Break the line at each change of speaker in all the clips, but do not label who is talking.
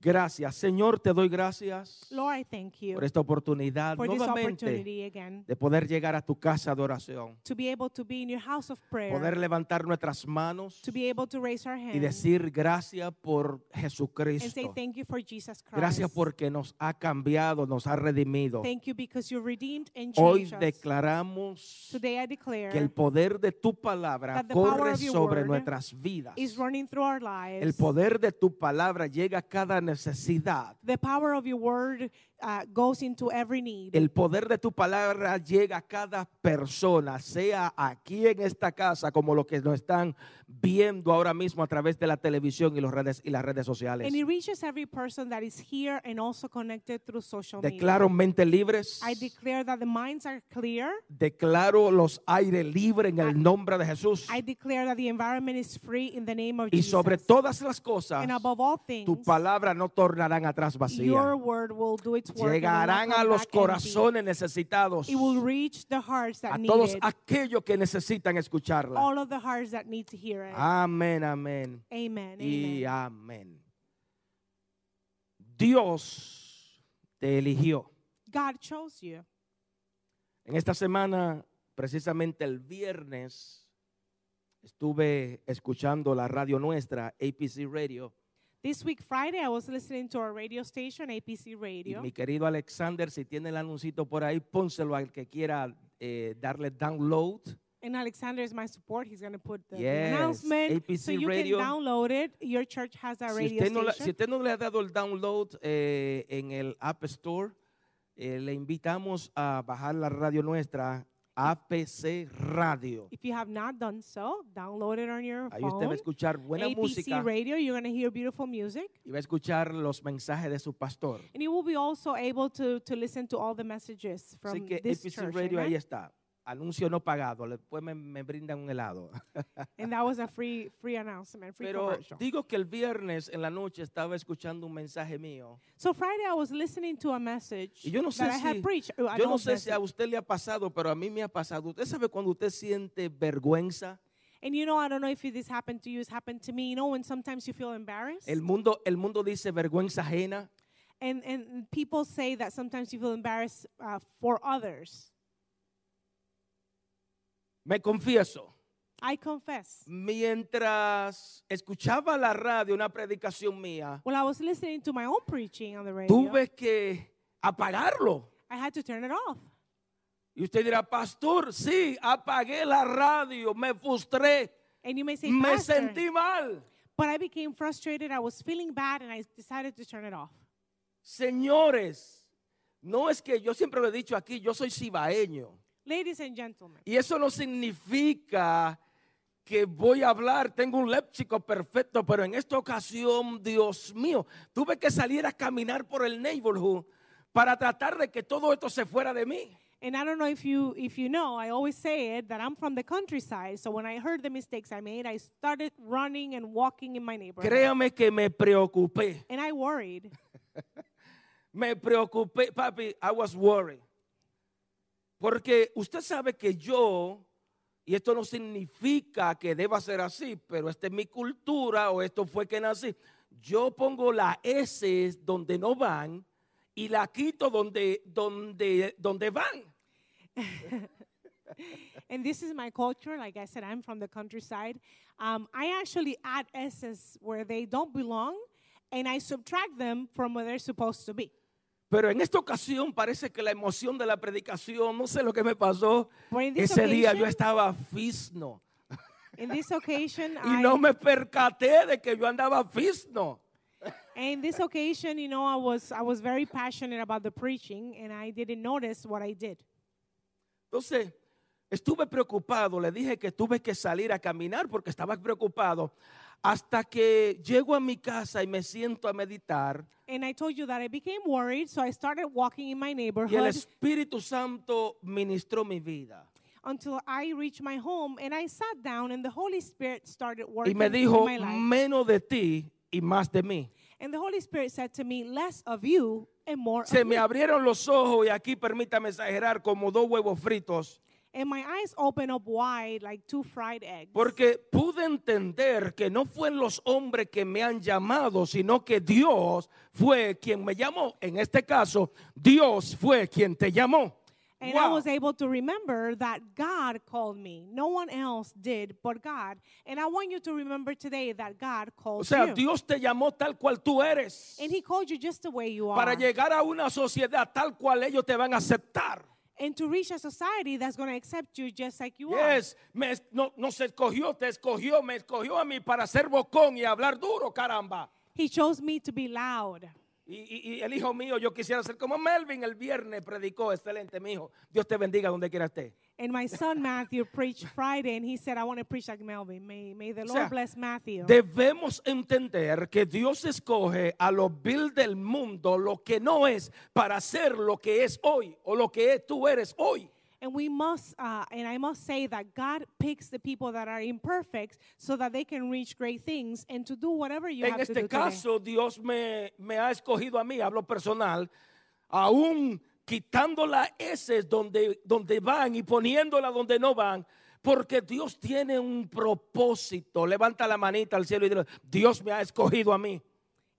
Gracias, Señor, te doy gracias
Lord, I thank you
por esta oportunidad
for this
nuevamente
opportunity again
de poder llegar a tu casa de oración,
to be able to be in your house of prayer,
poder levantar nuestras manos
to be able to raise our hands
y decir gracias por
and say
Jesucristo.
thank you for Jesus Christ.
Gracias porque nos ha cambiado, nos ha redimido.
thank you because you redeemed and
Hoy
changed us.
declaramos
Today I declare
que el poder de tu palabra
that the power
corre
of your
sobre
word
nuestras vidas.
is running through our lives.
El poder de tu palabra llega a cada necesidad.
the power of your word uh, goes into every need.
El poder de tu palabra llega a cada persona, sea aquí en esta casa como los que nos están viendo ahora mismo a través de la televisión y, los redes, y las redes sociales.
and it reaches every person that is here and also connected through social
Declaro
media.
mente libres.
I declare that the minds are clear.
Declaro los aires libres en el nombre de Jesús.
I declare that the environment is free in the name of
Y
Jesus.
sobre todas las cosas,
and above all things,
tu palabra no tornarán atrás
Your
vacía.
word will do its work. and will not
Llegarán
come
a los
back empty.
corazones necesitados,
It will reach the hearts that
a
need
todos
it.
aquellos que necesitan escucharla.
All of the hearts that need to hear it.
Amén, amén.
amen.
Ah, y
amen.
amén. Dios te eligió.
God chose you.
En esta semana, precisamente el viernes, estuve escuchando la radio nuestra, APC Radio,
This week, Friday, I was listening to our radio station, APC
y
Radio.
mi querido Alexander, si tiene el anuncito por ahí, pónselo al que quiera eh, darle download.
And Alexander is my support. He's going to put the the
Yes,
announcement so
APC
you
radio.
can download it. Your church has a
Si
radio
usted, no le, si
station.
usted no le ha dado el download eh, en el App Store, eh, le invitamos a bajar la radio nuestra, APC Radio.
If you have not done so, download it on your
Ahí usted va a
phone.
escuchar buena
APC
música
Radio, you're going to hear beautiful music.
y va a escuchar los mensajes de su pastor.
And you will be also able to, to listen to all the messages from
Así que
this
APC
church.
Radio
amen?
ahí está. Anuncio no pagado. Después me, me brindan un helado.
And that was a free free announcement, free
Pero
commercial.
digo que el viernes en la noche estaba escuchando un mensaje mío.
So Friday I was listening to a message
Y yo no sé
that I
si-
had preached. uh, an
Yo no
old
sé si a
message.
usted le ha pasado, pero a mí me ha pasado. Usted sabe cuando usted siente vergüenza.
and you know, I don't know if this happened to you, it's happened to me. You know, when sometimes you feel embarrassed,
El mundo, el mundo dice vergüenza ajena.
and and people say that sometimes you feel embarrassed uh, for others.
Me confieso.
I confess.
Mientras escuchaba la radio una predicación mía,
Well, I was listening to my own preaching on the radio.
tuve que apagarlo.
I had to turn it off.
Y usted dirá, pastor, sí, apagué la radio, me frustré,
And you may say,
me
"Pastor,"
sentí mal.
but I became frustrated. I was feeling bad, and I decided to turn it off.
Señores, no es que yo siempre lo he dicho aquí, yo soy cibaeño.
Ladies and gentlemen,
Y eso no significa que voy a hablar, tengo un léxico perfecto, pero en esta ocasión, Dios mío, tuve que salir a caminar por el neighborhood para tratar de que todo esto se fuera de mí.
And I don't know if you if you know, I always say it that I'm from the countryside. So when I heard the mistakes I made, I started running and walking in my neighborhood.
Créame que me preocupé,
And I worried.
me preocupé, papi, I was worried. Porque usted sabe que yo, y esto no significa que deba ser así, pero esta es mi cultura o esto fue que nací, yo pongo la S donde no van y la quito donde, donde, donde van.
and this is my culture. Like I said, I'm from the countryside. Um, I actually add S's where they don't belong and I subtract them from where they're supposed to be.
Pero en esta ocasión parece que la emoción de la predicación, no sé lo que me pasó,
But in this
ese día yo
occasion-
estaba fisno.
In this occasion,
Y
I,
no me percaté de que yo andaba fisno.
in this occasion, you know, I was I was very passionate about the preaching and I didn't notice what I did.
Entonces, estuve preocupado, le dije que tuve que salir a caminar porque estaba preocupado, hasta que llego a mi casa y me siento a meditar
And I told you that I became worried, so I started walking in my
y el
neighborhood.
Espíritu Santo ministró mi vida.
until I reached my home and I sat down and the Holy Spirit started
Y
working
me dijo, "Mm,
in my life.
menos de ti y más de mí.
And the Holy Spirit said to me, less of you and more of
Se me
me.
abrieron los ojos y aquí permítame exagerar como dos huevos fritos,
And my eyes opened up wide like two fried eggs.
porque pude entender que no fue los hombres que me han llamado, sino que Dios fue quien me llamó. En este caso, Dios fue quien te llamó.
And I
Wow.
was able to remember that God called me. No one else did but God. And I want you to remember today that God called
O sea,
you.
Dios te llamó tal cual tú eres
and He called you just the way you are.
para llegar a una sociedad tal cual ellos te van a aceptar.
and to reach a society that's going to accept you just like you are.
Yes, me es- no, nos escogió, te escogió, me escogió a mí para ser bocón y hablar duro, caramba.
He chose me to be loud.
Y, y- y el hijo mío, yo quisiera ser como Melvin el viernes predicó, excelente, mi hijo. Dios te bendiga donde quiera esté.
And my son Matthew preached Friday, and he said, I want to preach like Melvin. May, may the
O
Lord
sea,
bless Matthew.
Debemos entender que Dios escoge a los vil del mundo lo que no es para ser lo que es hoy o lo que es- tú eres hoy.
And we must, uh, and I must say that God picks the people that are imperfect so that they can reach great things and to do whatever you
En
have to do
este
today.
caso, Dios me, me ha escogido a mí, hablo personal, aún quitando las S donde, donde van y poniéndola donde no van, porque Dios tiene un propósito. Levanta la manita al cielo y dile, Dios me ha escogido a mí.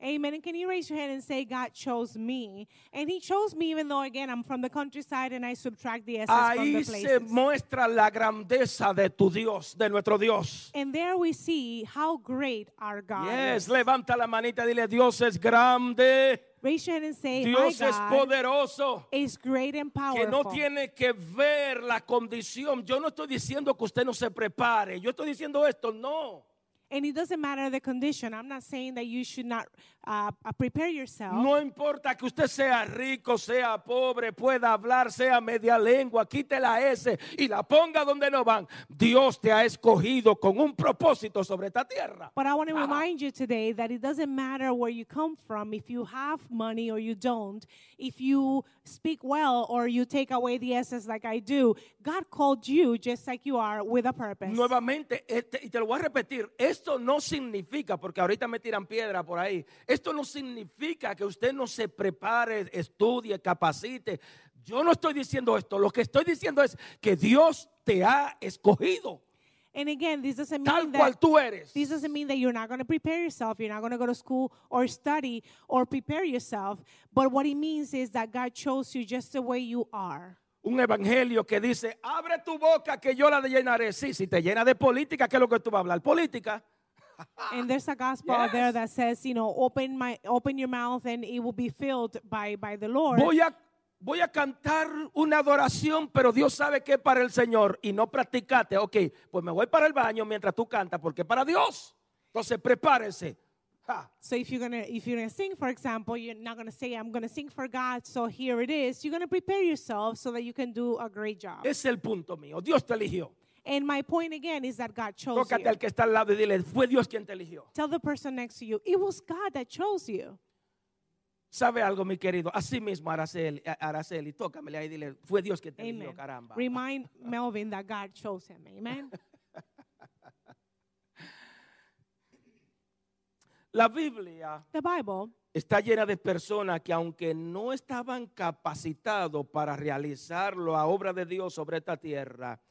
Amen. And can you raise your hand and say, God chose me? And He chose me, even though, again, I'm from the countryside and I subtract the essence from
Ahí
the
se
places.
muestra la grandeza de tu Dios, de nuestro Dios.
And there we see how great our God
Yes,
is.
levanta la manita y dile, Dios es grande,
Raise your hand and say,
Dios
My
es
God
poderoso.
is great and
que
powerful.
no tiene que ver la condición. Yo no estoy diciendo que usted no se prepare. Yo estoy diciendo esto, no.
and it doesn't matter the condition. I'm not saying that you should not uh, uh, prepare yourself.
No importa que usted sea rico, sea pobre, pueda hablar, sea media lengua, quite la S y la ponga donde no van. Dios te ha escogido con un propósito sobre esta tierra.
But I want to remind you today that it doesn't matter where you come from, if you have money or you don't, if you speak well or you take away the essence like I do, God called you just like you are with a purpose.
Nuevamente, este- y te lo voy a repetir, esto no significa, porque ahorita me tiran piedra por ahí, esto no significa que usted no se prepare, estudie, capacite. Yo no estoy diciendo esto, lo que estoy diciendo es que Dios te ha escogido
And again, this doesn't
tal
mean
cual
that
tú eres.
this doesn't mean that you're not going to prepare yourself, you're not going to go to school or study or prepare yourself, but what it means is that God chose you just the way you are.
Un evangelio que dice, abre tu boca que yo la llenaré. Sí, si te llena de política, ¿qué es lo que tú vas a hablar? Política.
And there's a gospel out there
Yes.
that says, you know, open my open your mouth and it will be filled by by the Lord.
Voy a, voy a cantar una adoración, pero Dios sabe que es para el Señor y no practicaste. Ok, pues me voy para el baño mientras tú cantas, porque es para Dios. Entonces prepárense. Ja.
So if you're gonna if you're gonna sing, for example, you're not gonna say I'm gonna sing for God. So here it is. You're gonna prepare yourself so that you can do a great job.
Ese es el punto mío. Dios te eligió.
and my point again is that God chose
Tócate
you.
al que está al lado y dile, fue Dios quien te eligió.
Tell the person next to you, it was God that chose you.
¿Sabe algo, mi querido? Así mismo, Araceli, a- Araceli tócamele ahí y dile, fue Dios quien te
Amen.
eligió, caramba.
Remind Melvin that God chose him. Amen.
La Biblia
the Bible
está llena de personas que aunque no estaban capacitados para realizar la obra de Dios sobre esta tierra,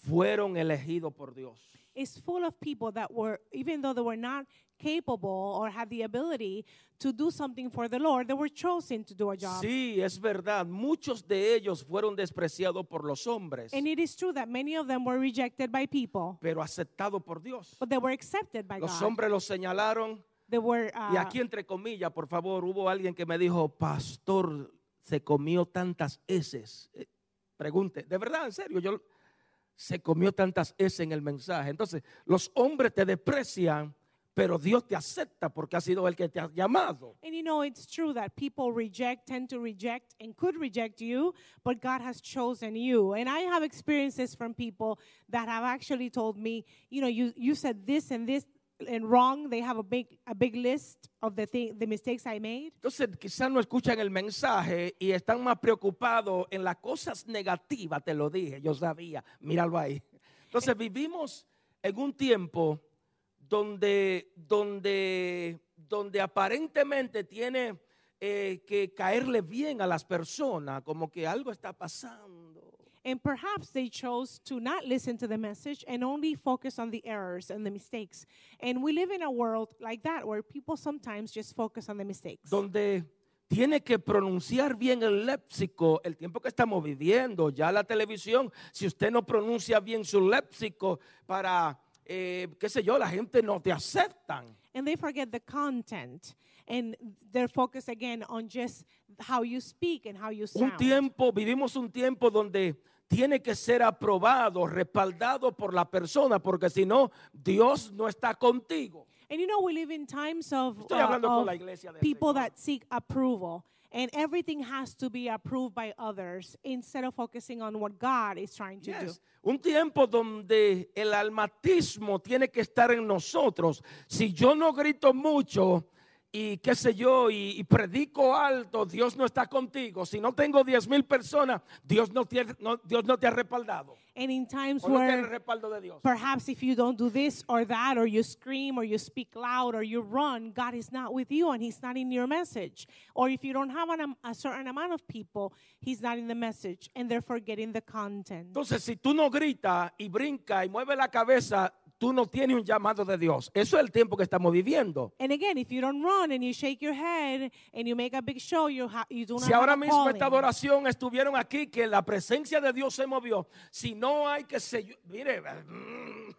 fueron elegidos por Dios.
is full of people that were, even though they were not capable or had the ability to do something for the Lord, they were chosen to do a job.
Sí, es verdad, muchos de ellos fueron despreciados por los hombres,
And it is true that many of them were rejected by people,
pero aceptados por Dios.
but they were accepted by
Los
Oh God.
hombres los señalaron
They were.
y
Uh,
aquí entre comillas, por favor, hubo alguien que me dijo, pastor, se comió tantas heces. Eh, Pregunte, de verdad, en serio, yo se comió tantas heces en el mensaje. Entonces, los hombres te desprecian, pero Dios te acepta porque ha sido el que te ha llamado.
and you know, it's true that people reject, tend to reject, and could reject you, but God has chosen you. And I have experiences from people that have actually told me, you know, you, you said this and this and wrong. They have a big a big list of the thing, the mistakes I made.
Entonces quizás no escuchan el mensaje y están más preocupados en las cosas negativas, te lo dije, yo sabía, míralo ahí. Entonces vivimos en un tiempo donde, donde, donde aparentemente tiene eh, que caerle bien a las personas, como que algo está pasando.
And perhaps they chose to not listen to the message and only focus on the errors and the mistakes. And we live in a world like that where people sometimes just focus on the mistakes.
donde tiene que pronunciar bien el léxico, el tiempo que estamos viviendo, ya la televisión, si usted no pronuncia bien su léxico para, eh, qué sé yo, la gente no te aceptan.
And they forget the content and they're focused again on just how you speak and how you
Un
sound.
tiempo, vivimos un tiempo donde tiene que ser aprobado, respaldado por la persona, porque si no, Dios no está contigo.
And you know, we live in times of, uh,
Estoy hablando con
of
la iglesia del
people
Señor.
that seek approval, and everything has to be approved by others instead of focusing on what God is trying to do.
Yes. Un tiempo donde el almatismo tiene que estar en nosotros. Si yo no grito mucho y qué sé yo, y, y predico alto, Dios no está contigo. Si no tengo 10 mil personas, Dios no, tiene- no- Dios no te ha respaldado.
And in times
O no tiene el
where
respaldo de Dios.
perhaps if you don't do this or that, or you scream, or you speak loud, or you run, God is not with you and He's not in your message. Or if you don't have an, am- a certain amount of people, He's not in the message, and they're forgetting the content.
Entonces, si tú no gritas y brinca y mueve la cabeza, tú no tienes un llamado de Dios. Eso es el tiempo que estamos viviendo.
And again, if you don't run and you shake your head and you make a big show, you, ha- you do not
Si
have
ahora
a
mismo esta
calling.
adoración estuvieron aquí, que la presencia de Dios se movió, si no hay que se... yo- Mire, mm,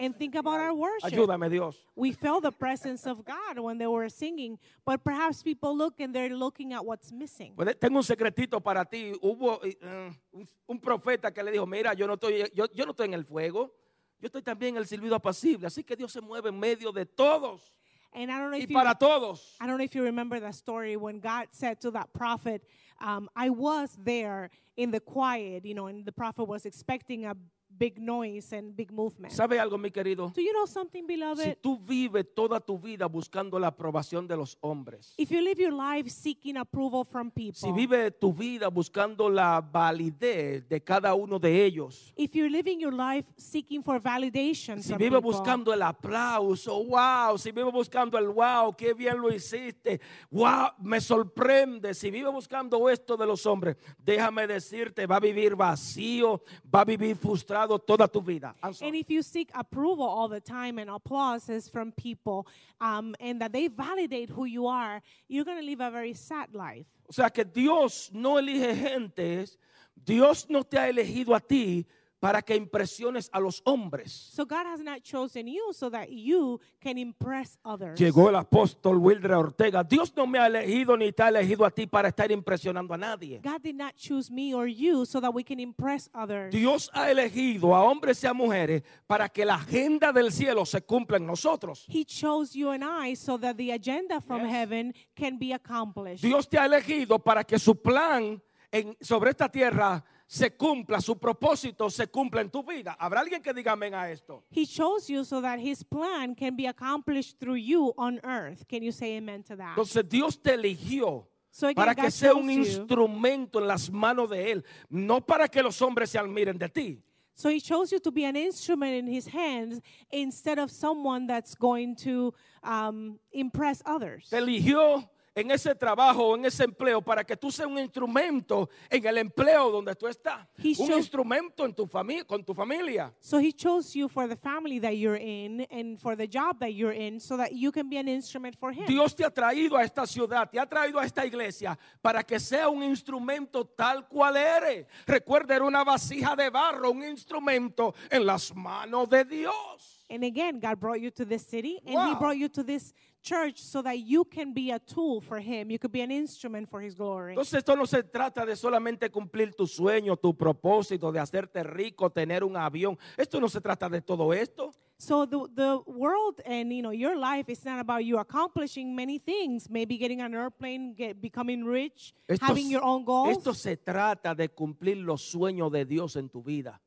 And think about our worship.
ayúdame Dios.
We felt the presence of God when they were singing, but perhaps people look and they're looking at what's missing.
Pues, Tengo un secretito para ti. Hubo eh, eh, un- un profeta que le dijo, mira, yo no estoy, yo, yo no estoy en el fuego, yo estoy también en el silbido apacible. Así que Dios se mueve en medio de todos
And I don't know
y
if you,
para todos.
I don't know if you remember that story when God said to that prophet, um, "I was there in the quiet," you know, and the prophet was expecting a big noise and big movement.
¿Sabe algo, mi querido?
do you know something,
Si
beloved?
tú vives toda tu vida buscando la aprobación de los hombres,
If you live your life seeking approval from people,
si vive tu vida buscando la validez de cada uno de ellos,
If you're living your life seeking for validation
Si
from
vive
people,
buscando el aplauso, wow, si vive buscando el wow, qué bien lo hiciste, wow, me sorprende, si vive buscando esto de los hombres, déjame decirte, va a vivir vacío, va a vivir frustrado toda tu vida. I'm sorry.
and if you seek approval all the time and applauses from people, um, and that they validate who you are, you're going to live a very sad life.
O sea que Dios no elige gentes, Dios no te ha elegido a ti para que impresiones a los hombres.
So God has not chosen you so that you can impress others.
Llegó el apóstol Wildre Ortega. Dios no me ha elegido ni te ha elegido a ti para estar impresionando a nadie.
God did not choose me or you so that we can impress others.
Dios ha elegido a hombres y a mujeres para que la agenda del cielo se cumpla en nosotros.
He chose you and I so that the agenda from
Yes.
heaven can be accomplished.
Dios te ha elegido para que su plan en- sobre esta tierra se cumpla, su propósito se cumpla en tu vida. ¿Habrá alguien que diga amén a esto?
He chose you so that his plan can be accomplished through you on earth. Can you say amen to that?
Entonces Dios te eligió
So again,
para
God
que sea un
chose you.
instrumento en las manos de Él, no para que los hombres se admiren de ti.
So he chose you to be an instrument in his hands instead of someone that's going to um, impress others.
Te eligió en ese trabajo, en ese empleo, para que tú seas un instrumento en el empleo donde tú estás.
He
un
chose-
instrumento en tu familia, con tu familia.
So he chose you for the family that you're in and for the job that you're in so that you can be an instrument for him.
Dios te ha traído a esta ciudad, te ha traído a esta iglesia para que sea un instrumento tal cual eres. Recuerda, era una vasija de barro, un instrumento en las manos de Dios.
And again, God brought you to this city and he
Wow.
brought you to this church so that you can be a tool for him. You could be an instrument for his glory.
Entonces esto no se trata de solamente cumplir tu sueño, tu propósito, de hacerte rico, tener un avión. Esto no se trata de todo esto.
So the the world and you know your life is not about you accomplishing many things, maybe getting an airplane, get, becoming rich,
Esto,
having your own goals.
esto se trata de cumplir los sueños de Dios en tu vida.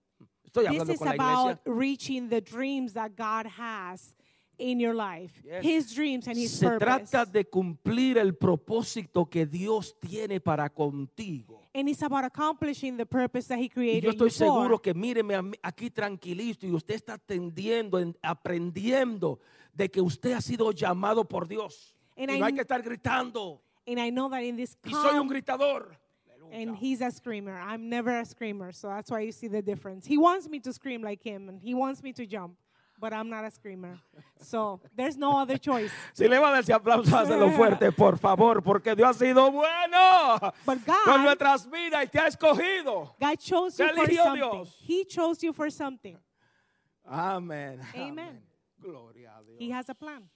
Estoy
this
hablando
is
con la iglesia.
about reaching the dreams that God has in your life,
Yes.
His dreams and His
Se
purpose.
trata de cumplir el propósito que Dios tiene para contigo.
And it's about accomplishing the purpose that He
Y
created
yo estoy
you for.
seguro que míreme a mí- aquí tranquilito y usted está atendiendo, en- aprendiendo de que usted ha sido llamado por Dios.
And
y
I
no hay
kn-
que estar gritando.
And I know that in this
Y soy un
calm-
gritador.
and he's a screamer. I'm never a screamer, so that's why you see the difference. He wants me to scream like him, and he wants me to jump, but I'm not a screamer. So there's no other choice.
Si le va a dar ese aplauso, hazlo fuerte, por favor, porque Dios ha sido bueno
But God-
con nuestras vidas y te ha escogido.
God chose you
Te
for
eligió
something.
Dios.
He chose you for something.
Amén.
Amen.
Gloria a Dios.
He has a plan.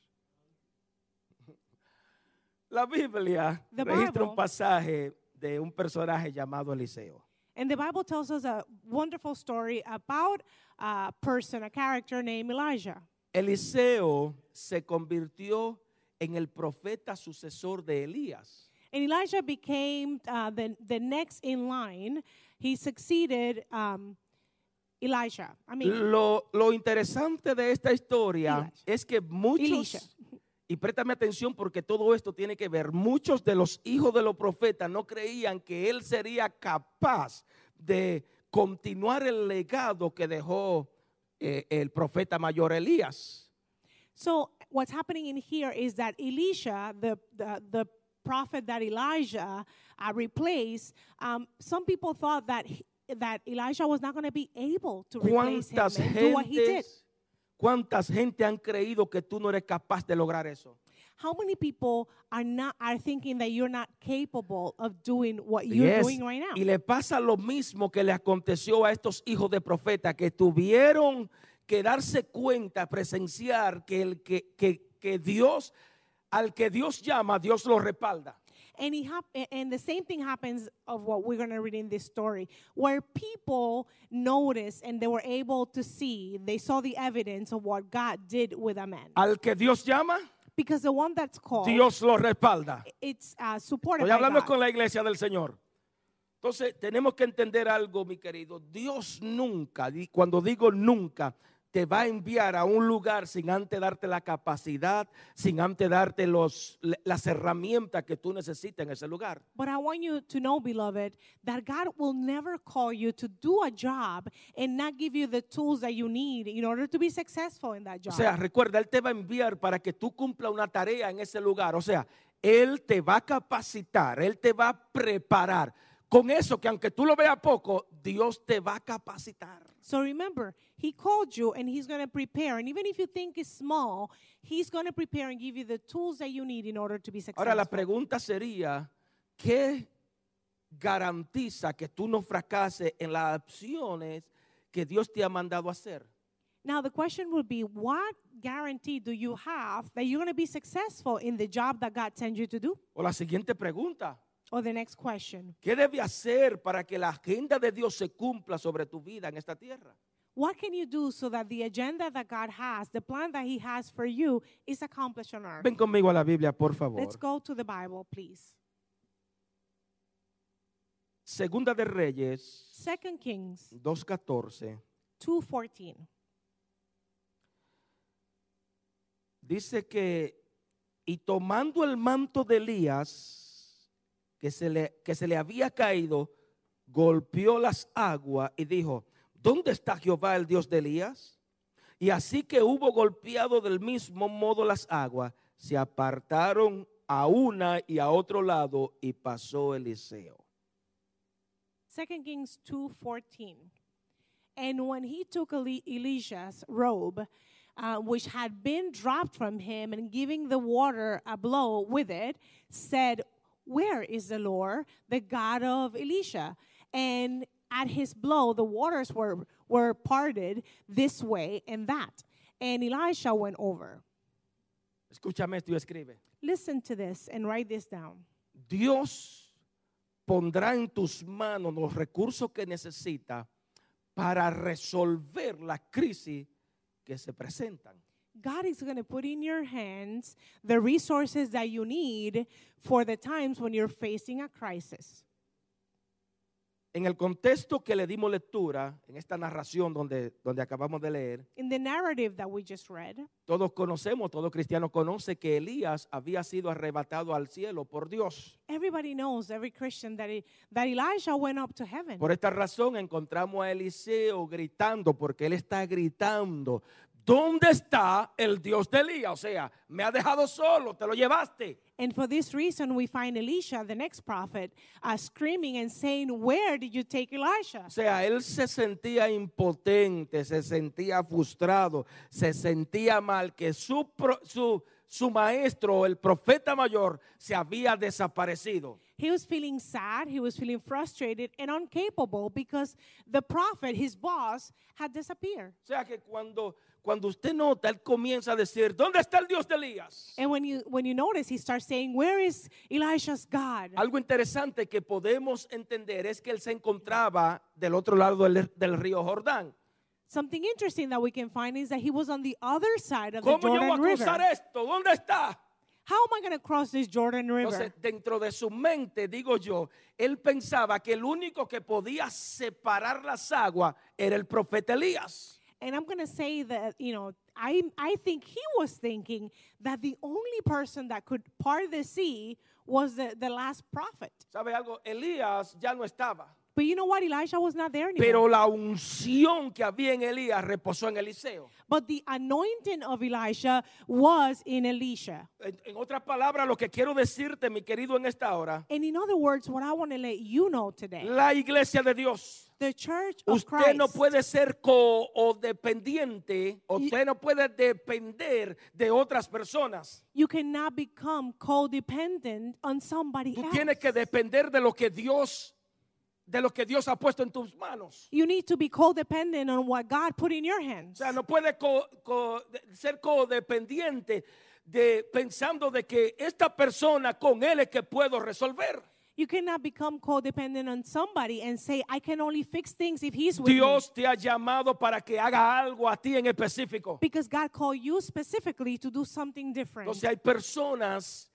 La Biblia
The
registra
Bible.
un pasaje de un personaje llamado Eliseo.
And the Bible tells us a wonderful story about a person, a character named Elijah.
Eliseo se convirtió en el profeta sucesor de Elías.
And Elijah became uh, the, the next in line. He succeeded um, Elijah. I mean,
Lo, lo interesante de esta historia
Elijah.
es que muchos,
Elisha.
y préstame atención porque todo esto tiene que ver, muchos de los hijos de los profetas no creían que él sería capaz de continuar el legado que dejó eh, el profeta mayor Elías.
So what's happening in here is that Elisha, the the, the prophet that Elijah uh, replaced, um, some people thought that he- that Elijah was not going to be able to replace him
¿Cuántas
and do what he did.
gentes, cuántas gente han creído que tú no eres capaz de lograr eso?
How many people are not are thinking that you're not capable of doing what you're
Yes.
doing right
Y
now?
le pasa lo mismo que le aconteció a estos hijos de profeta que tuvieron que darse cuenta, presenciar que el que, que- que Dios, al que Dios llama, Dios lo respalda.
And he hap- a- and the same thing happens of what we're going to read in this story, where people noticed and they were able to see, they saw the evidence of what God did with a man.
Al que Dios llama,
Because the one that's called,
Ah. Dios lo respalda.
it's uh, supported
Estoy
by
hablando
God.
con la iglesia del Señor. Entonces, tenemos que entender algo, mi querido. Dios nunca, y cuando digo nunca, te va a enviar a un lugar sin antes darte la capacidad, sin antes darte los, las herramientas que tú necesitas en ese lugar.
But I want you to know, beloved, that God will never call you to do a job and not give you the tools that you need in order to be successful in that
O
job.
sea, recuerda, Él te va a enviar para que tú cumpla una tarea en ese lugar. O sea, Él te va a capacitar, Él te va a preparar. Con eso, que aunque tú lo veas poco, Dios te va a capacitar.
so remember, He called you and He's going to prepare. And even if you think it's small, He's going to prepare and give you the tools that you need in order to be successful.
Ahora la pregunta sería, ¿qué garantiza que tú no fracases en las acciones que Dios te ha mandado a hacer?
now, the question would be what guarantee do you have that you're going to be successful in the job that God sent you to do?
O la siguiente pregunta,
Or the next question.
¿qué debe hacer para que la agenda de Dios se cumpla sobre tu vida en esta tierra?
What can you do so that the agenda that God has, the plan that He has for you, is accomplished on earth?
Ven conmigo a la Biblia, por favor.
Let's go to the Bible, please.
Segunda de Reyes
Second Kings
2.14
2:14.
dice que, y tomando el manto de Elías que se le, que se le había caído, golpeó las aguas y dijo, ¿dónde está Jehová el Dios de Elías? Y así que hubo golpeado del mismo modo las aguas, se apartaron a una y a otro lado y pasó Eliseo.
Second Kings 2:14. And when he took Eli- Elisha's robe, uh, which had been dropped from him, and giving the water a blow with it, said, "Where is the Lord, the God of Elisha?" And at his blow, the waters were were parted this way and that, and Elisha went over.
Escúchame esto y escribe.
Listen to this and write this down.
Dios pondrá en tus manos los recursos que necesitas para resolver las crisis que se presentan.
God is going to put in your hands the resources that you need for the times when you're facing a crisis.
En el contexto que le dimos lectura, en esta narración donde, donde acabamos de leer,
In the narrative that we just read,
todos conocemos, todo cristiano conoce que Elías había sido arrebatado al cielo por Dios.
everybody knows, every Christian, that, E- that Elijah went up to heaven.
Por esta razón encontramos a Eliseo gritando, porque él está gritando, ¿dónde está el Dios de Elías? O sea, me ha dejado solo, te lo llevaste.
And for this reason, we find Elisha, the next prophet, uh, screaming and saying, Where did you take Elisha?
O sea, él se sentía impotente, se sentía frustrado, se sentía mal que su, pro- su, su maestro, el profeta mayor, se había desaparecido.
He was feeling sad, he was feeling frustrated and incapable because the prophet, his boss, had disappeared.
O sea que cuando, cuando usted nota, él comienza a decir, ¿dónde está el Dios de Elías?
And when you when you notice, he starts saying, "Where is Elisha's God?"
Algo interesante que podemos entender es que él se encontraba del otro lado del, del río Jordán.
Something interesting that we can find is that he was on the other side of the
¿Cómo yo voy a
Jordan River.
cruzar esto? ¿Dónde está?
How am I going to cross this Jordan River?
Entonces, dentro de su mente, digo yo, él pensaba que el único que podía separar las aguas era el profeta Elías.
And I'm going to say that you know, I I think he was thinking that the only person that could part the sea was the, the last prophet.
¿Sabe algo? Elías ya no estaba.
But you know what? Elisha was not there anymore.
Pero la unción que había en Elías reposó en Eliseo.
but the anointing of Elisha was in Elisha.
En, en otras palabras, lo que quiero decirte, mi querido, en esta hora,
And in other words, what I want to let you know today,
la iglesia de Dios.
the church of
Usted
Christ.
no puede ser co o dependiente, usted no puede depender de otras personas.
You cannot become codependent on somebody
Tú
else.
tienes que depender de lo que Dios de lo que Dios ha puesto en tus manos.
you need to be codependent on what God put in your
O
hands.
sea, no puedes co- co- de- ser codependiente de pensando de que esta persona con él es que puedo resolver.
You cannot become codependent on somebody and say, I can only fix things if he's with me.
Dios te ha llamado para que haga algo a ti en específico.
Because God called you specifically to do something different.
Entonces hay personas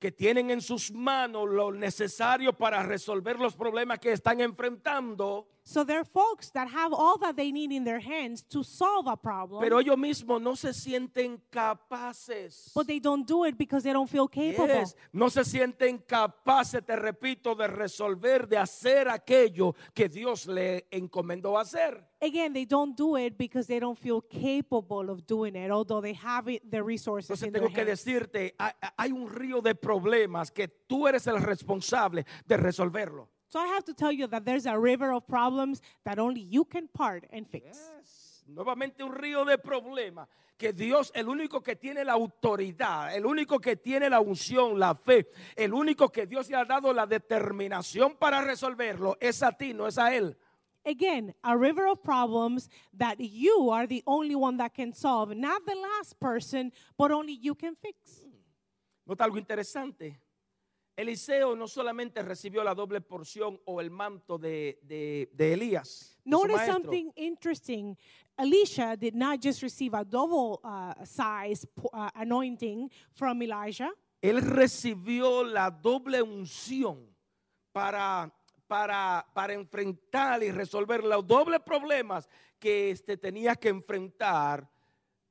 que tienen en sus manos lo necesario para resolver los problemas que están enfrentando,
so there are folks that have all that they need in their hands to solve a problem,
pero ellos mismos no se sienten capaces.
but they don't do it because they don't feel capable.
Yes, No se sienten capaces, te repito, de resolver, de hacer aquello que Dios le encomendó hacer.
Again, they don't do it because they don't feel capable of doing it, although they have it, the resources
Entonces
in their
tengo que
hands.
decirte, ha- ha- hay un río de problemas que tú eres el responsable de resolverlo.
So I have to tell you that there's a river of problems that only you can part and fix.
Yes. Nuevamente un río de problemas que Dios, el único que tiene la autoridad, el único que tiene la unción, la fe, el único que Dios le ha dado la determinación para resolverlo, es a ti, no es a él.
Again, a river of problems that you are the only one that can solve, not the last person, but only you can
Mm,
fix.
Nota algo interesante. Eliseo no solamente recibió la doble porción o el manto de, de- de Elías. de su
Notice
maestro.
something interesting. Elisha did not just receive a double uh, size po- uh, anointing from Elijah.
Él recibió la doble unción para, para, para enfrentar y resolver los dobles problemas que este, tenía que enfrentar,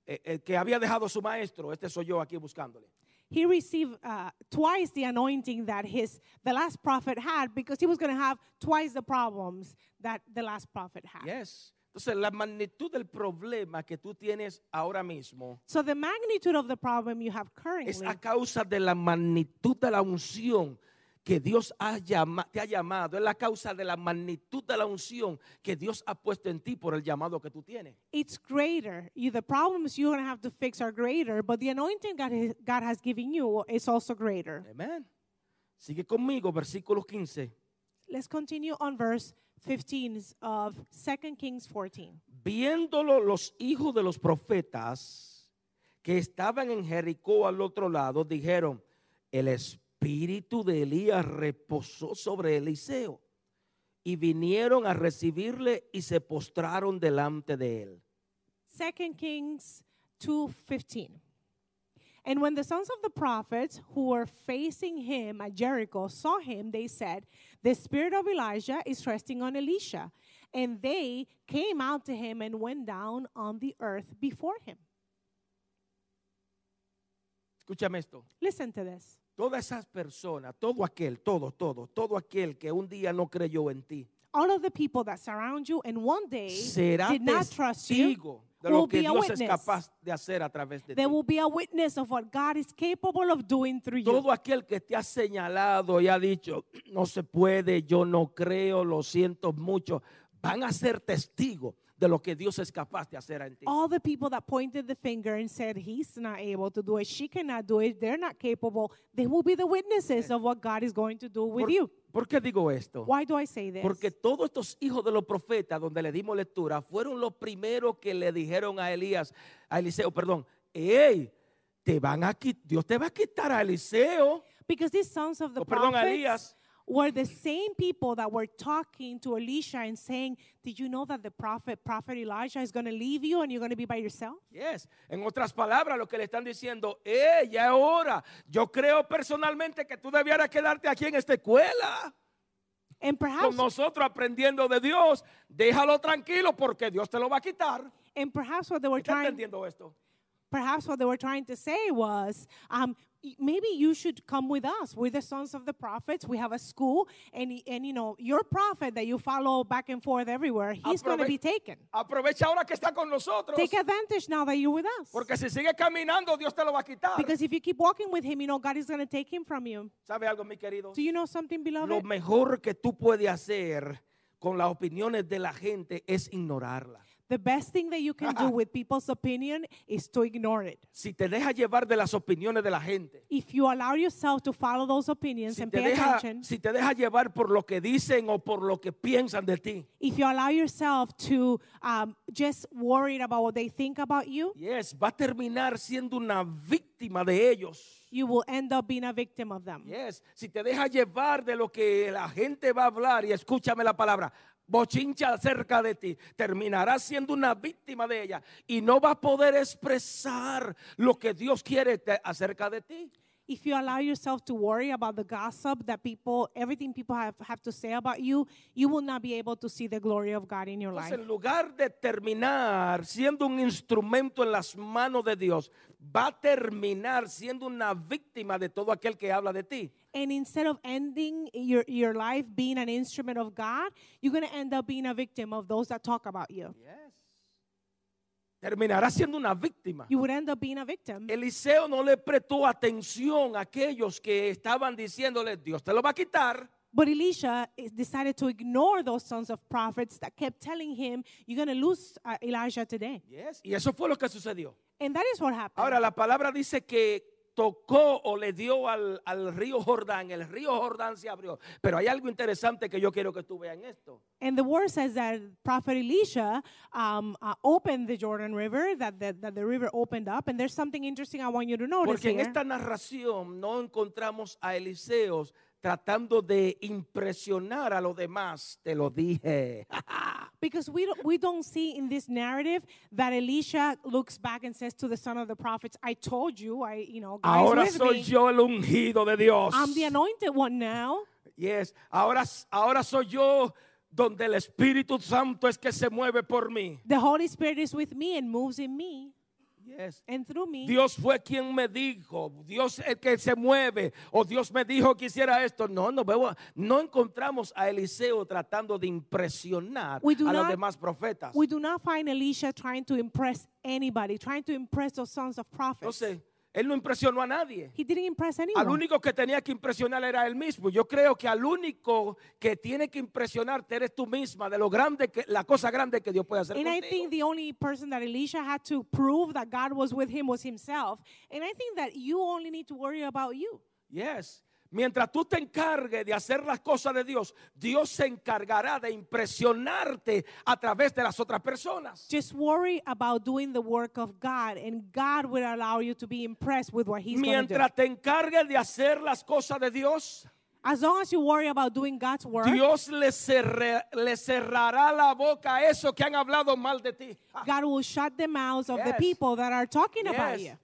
eh, eh, que había dejado su maestro. Este soy yo aquí buscándole.
He received uh, twice the anointing that his the last prophet had because he was going to have twice the problems that the last prophet had.
Yes. Entonces, la magnitud del problema que tú tienes ahora mismo
So the magnitude of the problem you have
es
currently
a causa de la magnitud de la unción que Dios ha llama- te ha llamado. Es la causa de la magnitud de la unción que Dios ha puesto en ti por el llamado que tú tienes.
it's greater. You, the problems you're going to have to fix are greater, but the anointing God, has- God has given you is also greater.
Amén. Sigue conmigo, versículo 15.
Let's continue on verse 15 of 2 Kings 14.
Viéndolo los hijos de los profetas que estaban en Jericó al otro lado, dijeron, el espíritu de Elías reposó sobre Eliseo. Y vinieron a recibirle y se postraron delante de él.
2 Kings 2:15. And when the sons of the prophets who were facing him at Jericho saw him, they said, The spirit of Elijah is resting on Elisha. And they came out to him and went down on the earth before him.
Escúchame esto.
Listen to this.
Todas esas personas, todo aquel, todo, todo, todo aquel que un día no creyó en ti,
All of the people that surround you and one day
será
did not trust you,
testigo de lo
will
que
be a
Dios es
witness.
capaz de hacer a través de ti.
they will be a witness of what God is capable of doing through you.
Todo aquel que te ha señalado y ha dicho, no se puede, yo no creo, lo siento mucho, van a ser testigos de lo que Dios es capaz de hacer en ti.
all the people that pointed the finger and said he's not able to do it she cannot do it they're not capable they will be the witnesses of what god is going to do with
Eh. ¿Por,
you
por qué digo esto?
why do i say this
Porque todos estos hijos de los profetas, donde le dimos lectura, fueron los primeros que le dijeron a Elías, a Eliseo, perdón, hey, te van a qui- Dios te va a quitar a Eliseo.
because these sons of the
Oh, perdón,
prophets
Elías.
were the same people that were talking to elisha and saying did you know that the prophet prophet elijah is going to leave you and you're going to be by yourself
Yes. En otras palabras, lo que le están diciendo, eh, ya es hora. Yo creo personalmente que tú debieras quedarte aquí en esta escuela
and
con
perhaps
nosotros aprendiendo de Dios. Déjalo tranquilo porque Dios te lo va a quitar.
and perhaps what they were
¿Estás
trying
entendiendo esto?
perhaps what they were trying to say was um, y- maybe you should come with us we're the sons of the prophets we have a school and, y- and you know your prophet that you follow back and forth everywhere he's going to
Aprove-
be taken
Aprovecha ahora que está con nosotros.
take advantage now that you're with us
Porque si sigues caminando, Dios te lo va a quitar.
because if you keep walking with him you know god is going to take him from you
¿Sabe algo, mi querido?
do you know something
Lo
beloved
mejor que tú puedes hacer con las opiniones de la gente es ignorarla.
the best thing that you can do with people's opinion is to ignore it
Si te dejas llevar de las opiniones de la gente,
if you allow yourself to follow those opinions
si
and
te,
Pues pay
deja,
attention
si te deja llevar por lo que dicen o por lo que piensan de ti.
if you allow yourself to um, just worried about what they think about you
Yes, va a terminar siendo una víctima de ellos.
you will end up being a victim of them.
Yes, si te deja llevar de lo que la gente va a hablar y escúchame la palabra, bochincha acerca de ti, terminarás siendo una víctima de ella y no va a poder expresar lo que Dios quiere te- acerca de ti.
If you allow yourself to worry about the gossip that people, everything people have, have to say about you, you will not be able to see the glory of God in your
Entonces,
life.
en lugar de terminar siendo un instrumento en las manos de Dios, va a terminar siendo una víctima de todo aquel que habla de ti.
And instead of ending your, your life being an instrument of God, you're going to end up being a victim of those that talk about you.
Terminará siendo una víctima.
You would end up being a victim.
Eliseo no le prestó atención a aquellos que estaban diciéndole, Dios te lo va a quitar.
But Elisha is- decided to ignore those sons of prophets that kept telling him, You're going to lose uh, Elijah today.
Y eso fue lo que sucedió.
And that is what happened.
Ahora la palabra dice que tocó o le dio al, al río Jordán. El río Jordán se abrió. Pero hay algo interesante que yo quiero que tú veas en esto.
And the word says that Prophet Elisha um, uh, opened the Jordan River, that the, that the river opened up. And there's something interesting I want you to notice
Porque en
here.
esta narración no encontramos a Eliseo tratando de impresionar a los demás. Te lo dije.
Because we don't, we don't see in this narrative that Elisha looks back and says to the son of the prophets, I told you, I, you know, God
Ahora
is with
soy
me.
yo el ungido de Dios.
I'm the anointed one now.
Yes, ahora, ahora soy yo donde el Espíritu Santo es que se mueve por mí.
The Holy Spirit is with me and moves in me
Yes.
and through me.
Dios fue quien me dijo, Dios es el que se mueve, o Dios me dijo que hiciera esto. No, no veo, no encontramos a Eliseo tratando de impresionar
We do
a los
not-
demás profetas.
We do not find Elisha trying to impress anybody, trying to impress those sons of prophets.
Entonces, él no impresionó a nadie.
He didn't impress anyone.
Al único que tenía que impresionar era él mismo. Yo creo que al único que tiene que impresionarte eres tú misma de lo grande que la cosa grande que Dios puede hacer
And I
contigo.
think the only person that Elisha had to prove that God was with him was himself. And I think that you only need to worry about you.
Yes. Mientras tú te encargues de hacer las cosas de Dios, Dios se encargará de impresionarte a través de las otras personas.
Just worry about doing the work of God, and God will allow you to be impressed with what He's going to do.
Mientras te encargues de hacer las cosas de Dios,
As long as you worry about doing God's work,
Dios le, cerre- le cerrará la boca a esos que han hablado mal de ti. Ah,
God will shut the mouths of the
Yes.
people that are talking about
yes.
you.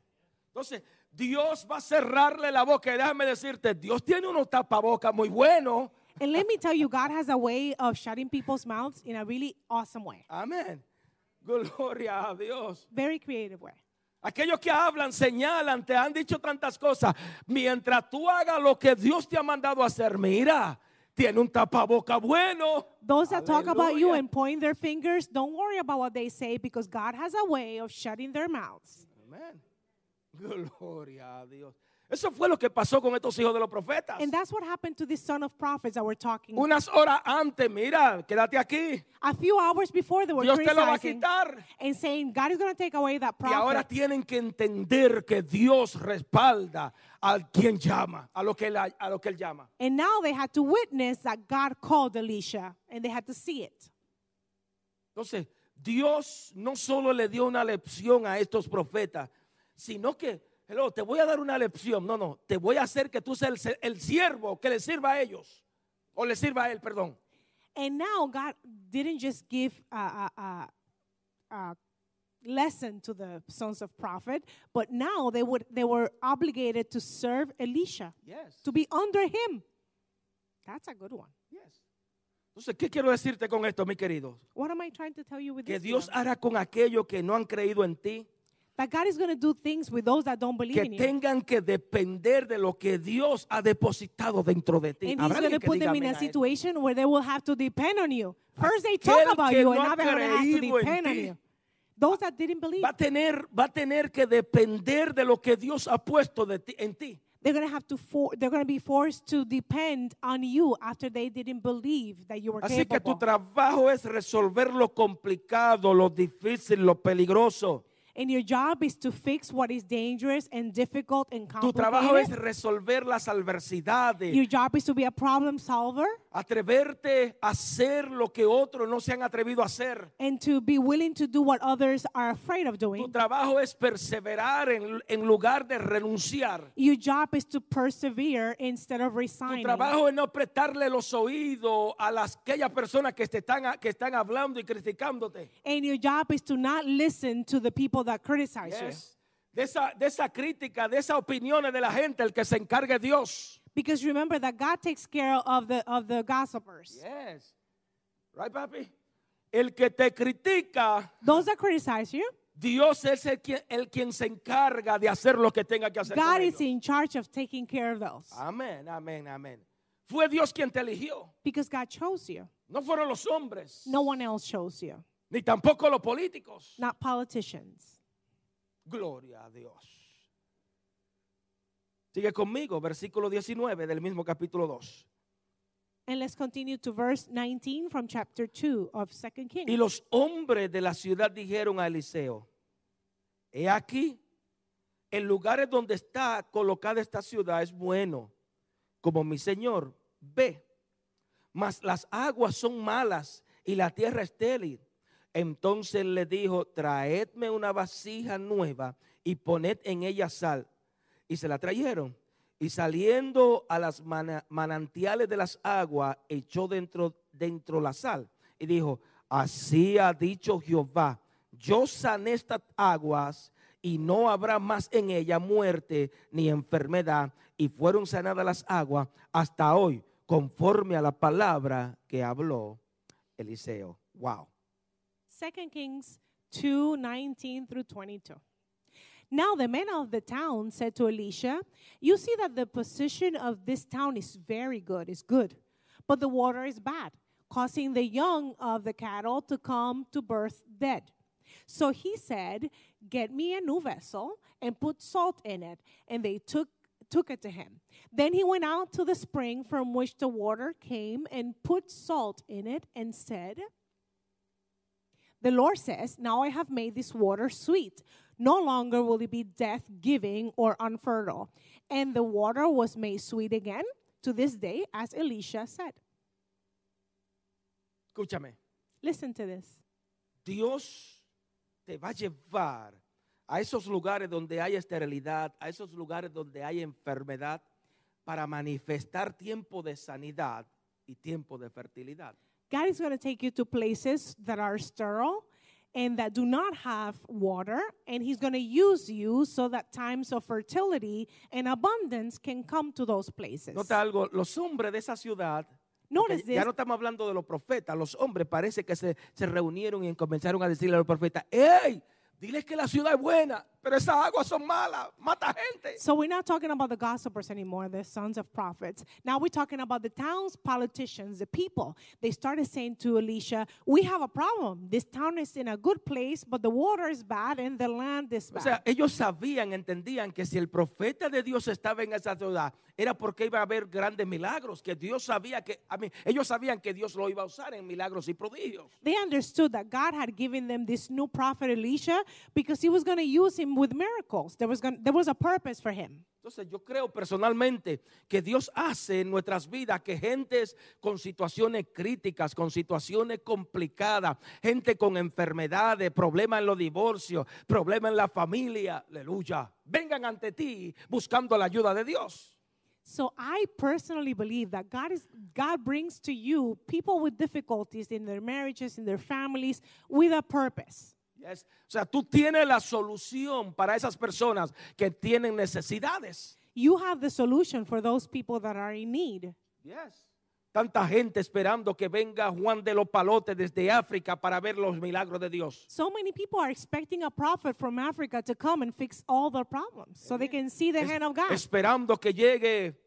Entonces, Dios va a cerrarle la boca. Y déjame decirte, Dios tiene unos tapabocas muy buenos.
And let me tell you, God has a way of shutting people's mouths in a really awesome way,
Amén. Gloria a Dios.
very creative way.
Aquellos que hablan, señalan, te han dicho tantas cosas. Mientras tú hagas lo que Dios te ha mandado a hacer, mira, tiene un tapaboca bueno.
Those that talk about you
Aleluya.
and point their fingers, don't worry about what they say because God has a way of shutting their mouths.
Amén. Gloria a Dios. Eso fue lo que pasó con estos hijos de los profetas.
And that's what happened to this son of prophets that we're talking.
Unas horas antes, mira, quédate aquí.
A few hours before they were
Dios te lo va a
criticizing
quitar.
and saying God is going to take away that
Y ahora
prophet.
tienen que entender que Dios respalda al quien llama, a lo que él, a lo que él llama.
And now they had to witness that God called Elisha and they had to see it.
Entonces, Dios no solo le dio una lección a estos profetas, sino que, hello, te voy a dar una lección. No, no, te voy a hacer que tú seas el, el siervo que le sirva a ellos. O le sirva a él, perdón.
And now God didn't just give a, a, a, a lesson to the sons of prophet, but now they would they were obligated to serve Elisha,
Yes,
to be under him. That's a good one.
yes. Entonces, ¿qué quiero decirte con esto, mis queridos?
What am I trying to tell you with
Que
this?
Dios
one?
hará con aquellos que no han creído en ti,
That God is going to do things with those that don't believe
que
in you.
tengan que depender de lo que Dios ha depositado dentro de ti.
And he's
Habrá
going to
alguien que
put
diga
them
amén
in a
a esto.
situation where they will have to depend on you. First they
Aquel
talk about
que
you,
no
and
ha
now they're going to have to
creído en
depend on
ti.
you. Those that didn't believe,
va a tener, va a tener que depender de lo que Dios ha puesto de ti- en ti.
they're going to have to for, they're going to be forced to depend on you after they didn't believe that you were
Así que tu
capable.
trabajo es resolver lo complicado, lo difícil, lo peligroso.
and your job is to fix what is dangerous and difficult and
Tu trabajo es
complicated.
resolver las adversidades,
Your job is to be a problem solver
atreverte a hacer lo que otros no se han atrevido a hacer.
and to be willing to do what others are afraid of
Tu
doing.
trabajo es perseverar en, en lugar de renunciar.
Your job is to persevere instead of
Tu
resigning.
trabajo es no prestarle los oídos a las aquellas personas que te están que están hablando y criticándote.
And your job is to not listen to the people that criticize you.
Yes. De esa, de esa crítica, de esas opiniones de la gente, el que se encargue es Dios.
Because remember that God takes care of the of the gossipers.
Yes. Right, papi? El que te critica,
Those that criticize you,
Dios es el quien, el quien se encarga de hacer lo que tenga que hacer. con
God
ellos.
is in charge of taking care of those.
Ah. Amén, amén, amén. Fue Dios quien te eligió.
Because God chose you.
No fueron los hombres,
No one else chose you.
ni tampoco los políticos.
Not politicians.
Gloria a Dios. Sigue conmigo, versículo 19 del mismo capítulo 2.
And let's continue to verse 19 from chapter 2 of 2
Y
Kings.
los hombres de la ciudad dijeron a Eliseo, he aquí, en lugares donde está colocada esta ciudad es bueno, como mi señor, ve, mas las aguas son malas y la tierra estéril. Entonces le dijo, traedme una vasija nueva y poned en ella sal. Y se la trajeron. Y saliendo a las mana- manantiales de las aguas, echó dentro, dentro la sal. Y dijo, así ha dicho Jehová, yo sané estas aguas y no habrá más en ella muerte ni enfermedad. Y fueron sanadas las aguas hasta hoy, conforme a la palabra que habló Eliseo. Wow.
2 Kings 2 19 through 22. Now the men of the town said to Elisha, You see that the position of this town is very good, is good, but the water is bad, causing the young of the cattle to come to birth dead. So he said, Get me a new vessel and put salt in it. And they took took it to him. Then he went out to the spring from which the water came and put salt in it and said, the Lord says, Now I have made this water sweet. No longer will it be death giving or unfertile. And the water was made sweet again to this day, as Elisha said.
Escúchame.
Listen to this.
Dios te va a llevar a esos lugares donde hay esterilidad, a esos lugares donde hay enfermedad, para manifestar tiempo de sanidad y tiempo de fertilidad.
God is going to take you to places that are sterile and that do not have water, and He's going to use you so that times of fertility and abundance can come to those places.
Nota algo, los hombres de esa ciudad
Notice
Ya
this.
no estamos hablando de los profetas. Los hombres parece que se, se reunieron y comenzaron a decirle a los profetas, ¡Ey! Diles que la ciudad es buena, pero esas aguas son malas, mata gente.
So we're not talking about the gossipers anymore, the sons of prophets. Now we're talking about the town's politicians, the people. They started saying to Elisha, "We have a problem. This town is in a good place, but the water is bad and the land is
O
bad."
sea, ellos sabían, entendían que si el profeta de Dios estaba en esa ciudad, era porque iba a haber grandes milagros, que Dios sabía que, a mí, ellos sabían que Dios lo iba a usar en milagros y prodigios.
they understood that God had given them this new prophet Elisha because he was going to use him with miracles. There was going there was a purpose for him.
Entonces yo creo personalmente que Dios hace en nuestras vidas que gentes con situaciones críticas, con situaciones complicadas, gente con enfermedades, problemas en los divorcios, problemas en la familia, aleluya, vengan ante ti buscando la ayuda de Dios.
So I personally believe that God is God brings to you people with difficulties in their marriages, in their families with a purpose.
Yes. O sea, tú tienes la solución para esas personas que tienen necesidades.
You have the solution for those people that are in need.
Yes. Tanta gente esperando que venga Juan de los Palotes desde África para ver los milagros de Dios.
So many people are expecting a prophet from Africa to come and fix all their problems so they can see the
Es-
hand of God.
Esperando que llegue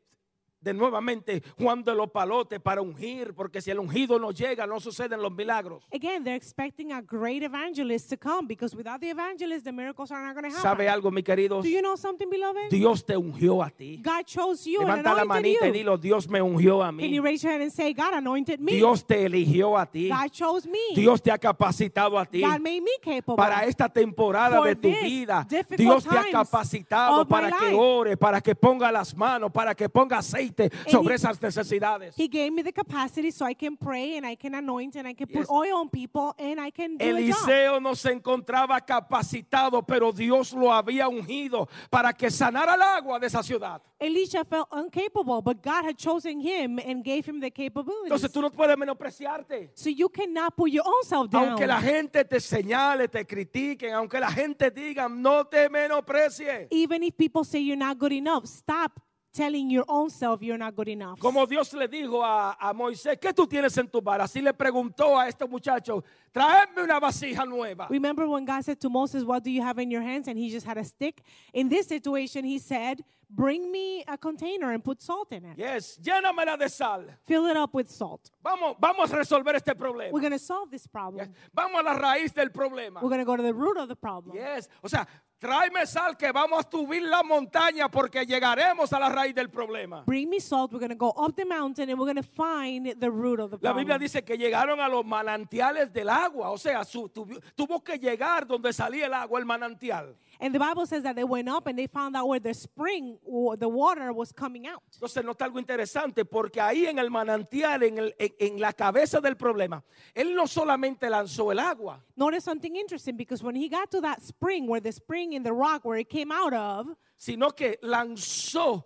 de nuevamente Juan de los Palotes para ungir, porque si el ungido no llega, no suceden los milagros.
Again, they're expecting a great evangelist to come because without the evangelist, the miracles are not going to happen.
¿Sabe algo, mi querido?
Do you know something, beloved?
Dios te ungió a ti.
God chose you and
Levanta la
anointed
manita y
you.
dilo, Dios me ungió a
Can
mí.
you raise your hand and say, God anointed me?
Dios te eligió a ti.
God chose me.
Dios te ha capacitado a ti.
God made me capable.
Para esta temporada
For
de tu
this
vida,
difficult
Dios te ha
times
capacitado
of my
para que
life.
ore, para que ponga las manos, para que ponga aceite sobre
he-
esas necesidades.
he gave me the capacity so I can pray and I can anoint and I can
Yes.
put oil on people and I can do a job.
Eliseo no se encontraba capacitado, pero Dios lo había ungido para que sanara el agua de esa ciudad.
Elisha felt incapable, but God had chosen him and gave him the
Entonces
capabilities.
tú no puedes menospreciarte.
So you cannot put your own self down.
Aunque la gente te señale, te critiquen, aunque la gente diga, no te menosprecies.
Even if people say you're not good enough, stop telling your own self you're not good enough.
Como Dios le dijo a, a Moisés, ¿qué tú tienes en tu vara? Así le preguntó a este muchacho, tráeme una vasija nueva.
Remember when God said to Moses, What do you have in your hands? And he just had a stick. In this situation, he said, Bring me a container and put salt in it.
Yes, llénamela de sal.
Fill it up with salt.
Vamos, vamos a resolver este
We're
problema.
going to solve this problem.
Yes, Vamos a la raíz del problema.
We're going to go to the root of the problem.
Yes. O sea, tráeme sal que vamos a subir la montaña porque llegaremos a la raíz del problema.
Bring me salt. We're going to go up the mountain and we're going to find the root of the
La
problem.
Biblia dice que llegaron a los manantiales del agua, o sea, su- tuvi- tuvo que llegar donde salía el agua, el manantial.
and the Bible says that they went up and they found out where the spring, or the water was coming out.
Entonces nota algo interesante porque ahí en el manantial, en, el- en- en la cabeza del problema, él no solamente lanzó el agua,
Notice something interesting because when he got to that spring, where the spring in the rock where it came out of,
sino que lanzó,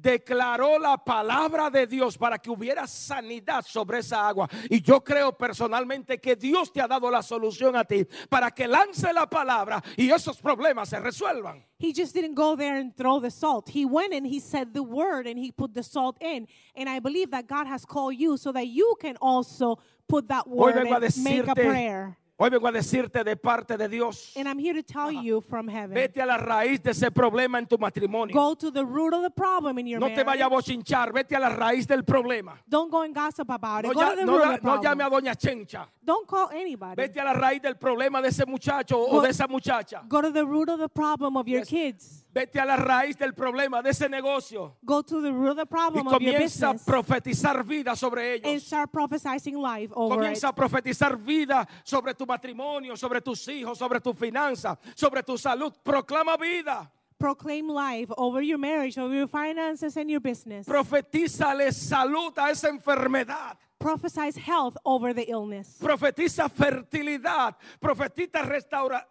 declaró la palabra de Dios para que hubiera sanidad sobre esa agua. Y yo creo personalmente que Dios te ha dado la solución a ti para que lance la palabra y esos problemas se resuelvan.
he just didn't go there and throw the salt. He went and he said the word and he put the salt in. And I believe that God has called you so that you can also put that
Hoy
word
vengo a
and make a
decirte,
prayer.
hoy vengo a decirte de parte de Dios,
And I'm here to tell you from heaven.
vete a la raíz de ese problema en tu matrimonio.
Go to the root of the problem in your
No te
marriage.
vayas a bochinchar, vete a la raíz del problema.
Don't go and gossip about it.
No,
go
ya-
to the
no
root
la-
of the
no
problem.
llame a doña Chencha.
Don't call anybody.
Vete a la raíz del problema de ese muchacho o
Go-
de esa muchacha.
Go to the root of the problem of your kids.
Vete a la raíz del problema de ese negocio
Go to the root of the
y
problem of your
comienza a
business
profetizar vida sobre
and
ellos.
start prophesying life over it.
Comienza a profetizar vida sobre tu matrimonio, sobre tus hijos, sobre tu finanza, sobre tu salud. Proclama vida.
Proclaim life over your marriage, over your finances and your business.
Profetízale salud a esa enfermedad.
Prophesize health over the illness.
Profetiza fertilidad, profetiza restaura-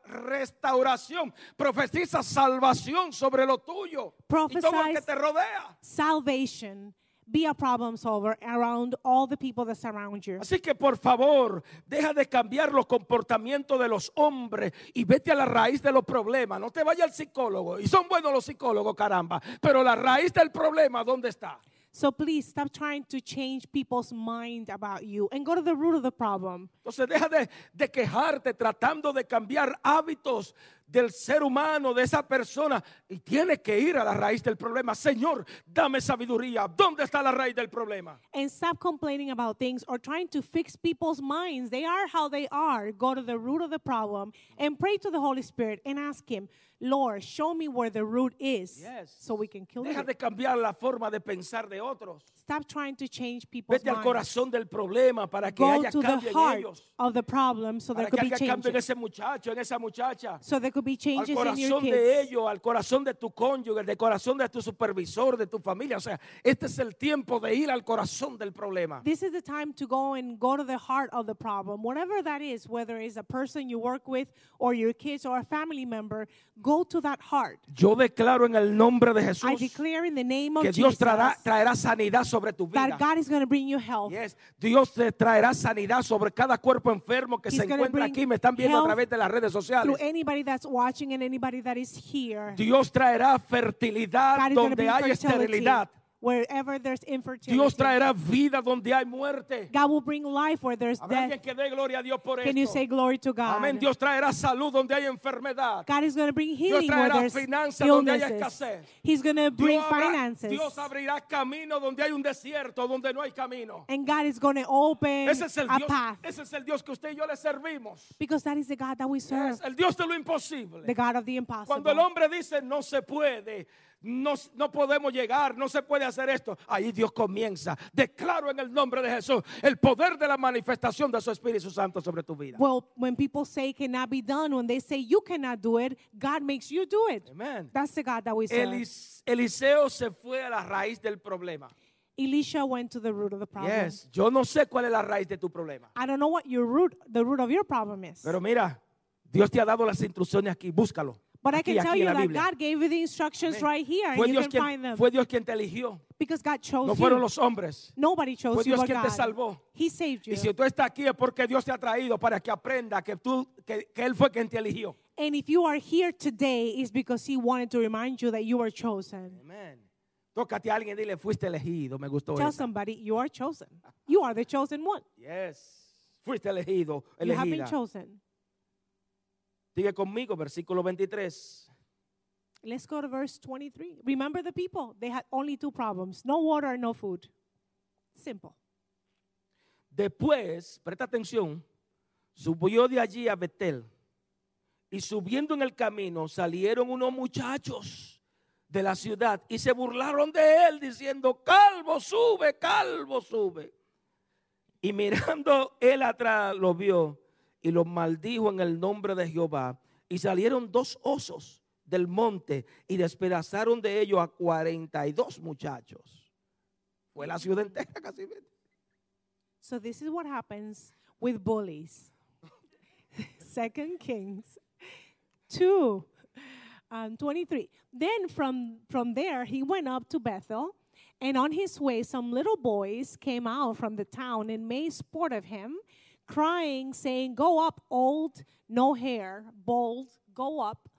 restauración, profetiza salvación sobre lo tuyo y todo lo que
Prophesize-
te rodea.
Salvation. Be a problem solver around all the people that surround you.
Así que por favor, deja de cambiar los comportamientos de los hombres y vete a la raíz de los problemas. No te vayas al psicólogo. Y son buenos los psicólogos, caramba. Pero la raíz del problema, ¿dónde está?
So please stop trying to change people's mind about you and go to the root of the problem.
Entonces deja de, de quejarte tratando de cambiar hábitos del ser humano, de esa persona. Y tienes que ir a la raíz del problema. Señor, dame sabiduría. ¿Dónde está la raíz del problema?
and stop complaining about things or trying to fix people's minds. They are how they are. Go to the root of the problem and pray to the Holy Spirit and ask Him, Lord, show me where the root is
Yes.
so we can kill
Deja
it.
de cambiar la forma de pensar de otros.
Stop trying to change people's
Vete al
minds.
corazón del problema para que
Go
haya
to the
cambio en
heart
ellos.
of the problem so there
Para
could
que
be
haya cambio en
changes.
ese muchacho, en esa muchacha.
So there could be
Al
changes in your
corazón de
kids.
ellos, al corazón de tu cónyuge, al corazón de tu supervisor, de tu familia. O sea, este es el tiempo de ir al corazón del problema.
This is the time to go and go to the heart of the problem. Whatever that is, whether it's a person you work with or your kids or a family member, go to that heart.
Yo declaro en el nombre de
I
Jesús
declare in the name of
que Dios
Jesus
traerá, traerá sanidad sobre tu vida.
that God is going to bring you health.
Yes. Dios te traerá sanidad sobre cada cuerpo enfermo que
He's
se
gonna
encuentra
bring
aquí. Me están viendo a
health
través de las redes
Through
sociales.
anybody that's watching and anybody that is here,
Dios traerá fertilidad
God is going
donde
to bring
hay
fertility
esterilidad.
wherever there's infertility.
Dios traerá vida donde hay muerte.
God will bring life where there's
Habrá
death.
alguien que dé gloria a Dios por
Can you
esto.
say glory to God?
Amén. Dios traerá salud donde hay enfermedad.
God is going to bring healing where
traerá
there's
finanzas donde haya
illnesses.
escasez.
He's going to bring
Dios, habrá-
finances.
Dios abrirá camino donde hay un desierto, donde no hay camino.
and God is going to open
Ese es el
a
Dios,
path
ese es el Dios que usted y yo le servimos.
because that is the God that we serve,
Es el Dios de lo
the
imposible.
God of the impossible.
Cuando el hombre dice no se puede, no, no podemos llegar, no se puede hacer esto, ahí Dios comienza. Declaro en el nombre de Jesús el poder de la manifestación de su Espíritu Santo sobre tu vida.
Well, when people say it cannot be done, when they say you cannot do it, God makes you do it.
Amen.
That's the God that we serve.
Elis- Eliseo se fue a la raíz del problema.
Elisha went to the root of the problem.
Yes, yo no sé cuál es la raíz de tu problema.
I don't know what your root, the root of your problem is,
Pero mira, Dios te ha dado las instrucciones aquí, búscalo.
but I
Aquí,
can
aquí
tell
en
you
la
that
Biblia.
God gave you the instructions right here,
Fue
and you
Dios,
can
quien,
find them
fue Dios quien te eligió.
because God chose
No
you.
fueron los hombres.
Nobody chose
fue
you,
Dios
but
quien te
God.
salvó.
He saved you.
Y si tú estás aquí es porque Dios te ha traído para que aprenda que tú que, que él fue quien te eligió.
and if you are here today, it's because He wanted to remind you that you were chosen.
Amén. Tócate a alguien y dile fuiste elegido, me gustó
Tell
esa.
somebody you are chosen. You are the chosen one.
Yes. Fuiste elegido,
You have been
elegida.
chosen.
Sigue conmigo versículo 23.
Let's go to verse 23. Remember the people. They had only two problems no water and no food. Simple.
Después, presta atención, subió de allí a Betel. Y subiendo en el camino salieron unos muchachos de la ciudad y se burlaron de él diciendo, calvo sube, calvo sube. Y mirando él atrás lo vio y los maldijo en el nombre de Jehová. Y salieron dos osos del monte y despedazaron de ellos a 42 muchachos. Fue la ciudad entera casi.
So this is what happens with bullies. Second Kings 2 um, 23. Then from, from there, he went up to Bethel, and on his way, some little boys came out from the town and made sport of him, crying, saying, Go up, old, no hair, bold, go up,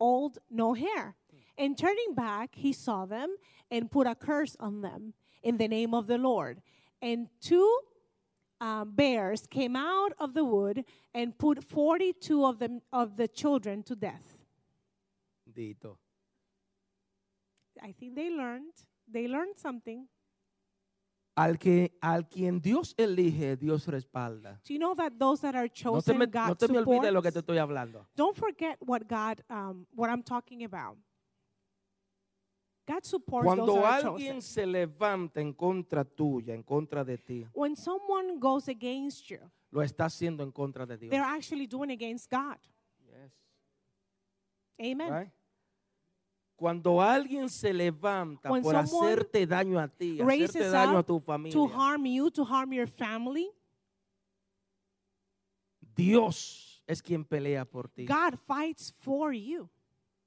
old, no hair. And turning back, he saw them and put a curse on them in the name of the Lord. And two um, bears came out of the wood and put 42 of, them, of the children to death.
Bendito.
I think they learned. They learned something.
Al, que, al quien Dios elige, Dios respalda.
Do you know that those that are
No te
chosen,
me,
God
no te me olvides de lo que te
supports?
estoy hablando.
Don't forget what God, um, what I'm talking about. God supports those
Cuando
that are
alguien
chosen.
se levanta en contra tuya, en contra de ti,
When someone goes against you,
lo está haciendo en contra de Dios.
they're actually doing against God. Amen.
Right? Cuando alguien se levanta
When
por
someone
hacerte daño a ti, hacerte
Raises
daño a
up
tu
to
familia,
harm you, to harm your family.
Dios es quien pelea por ti.
God fights for you.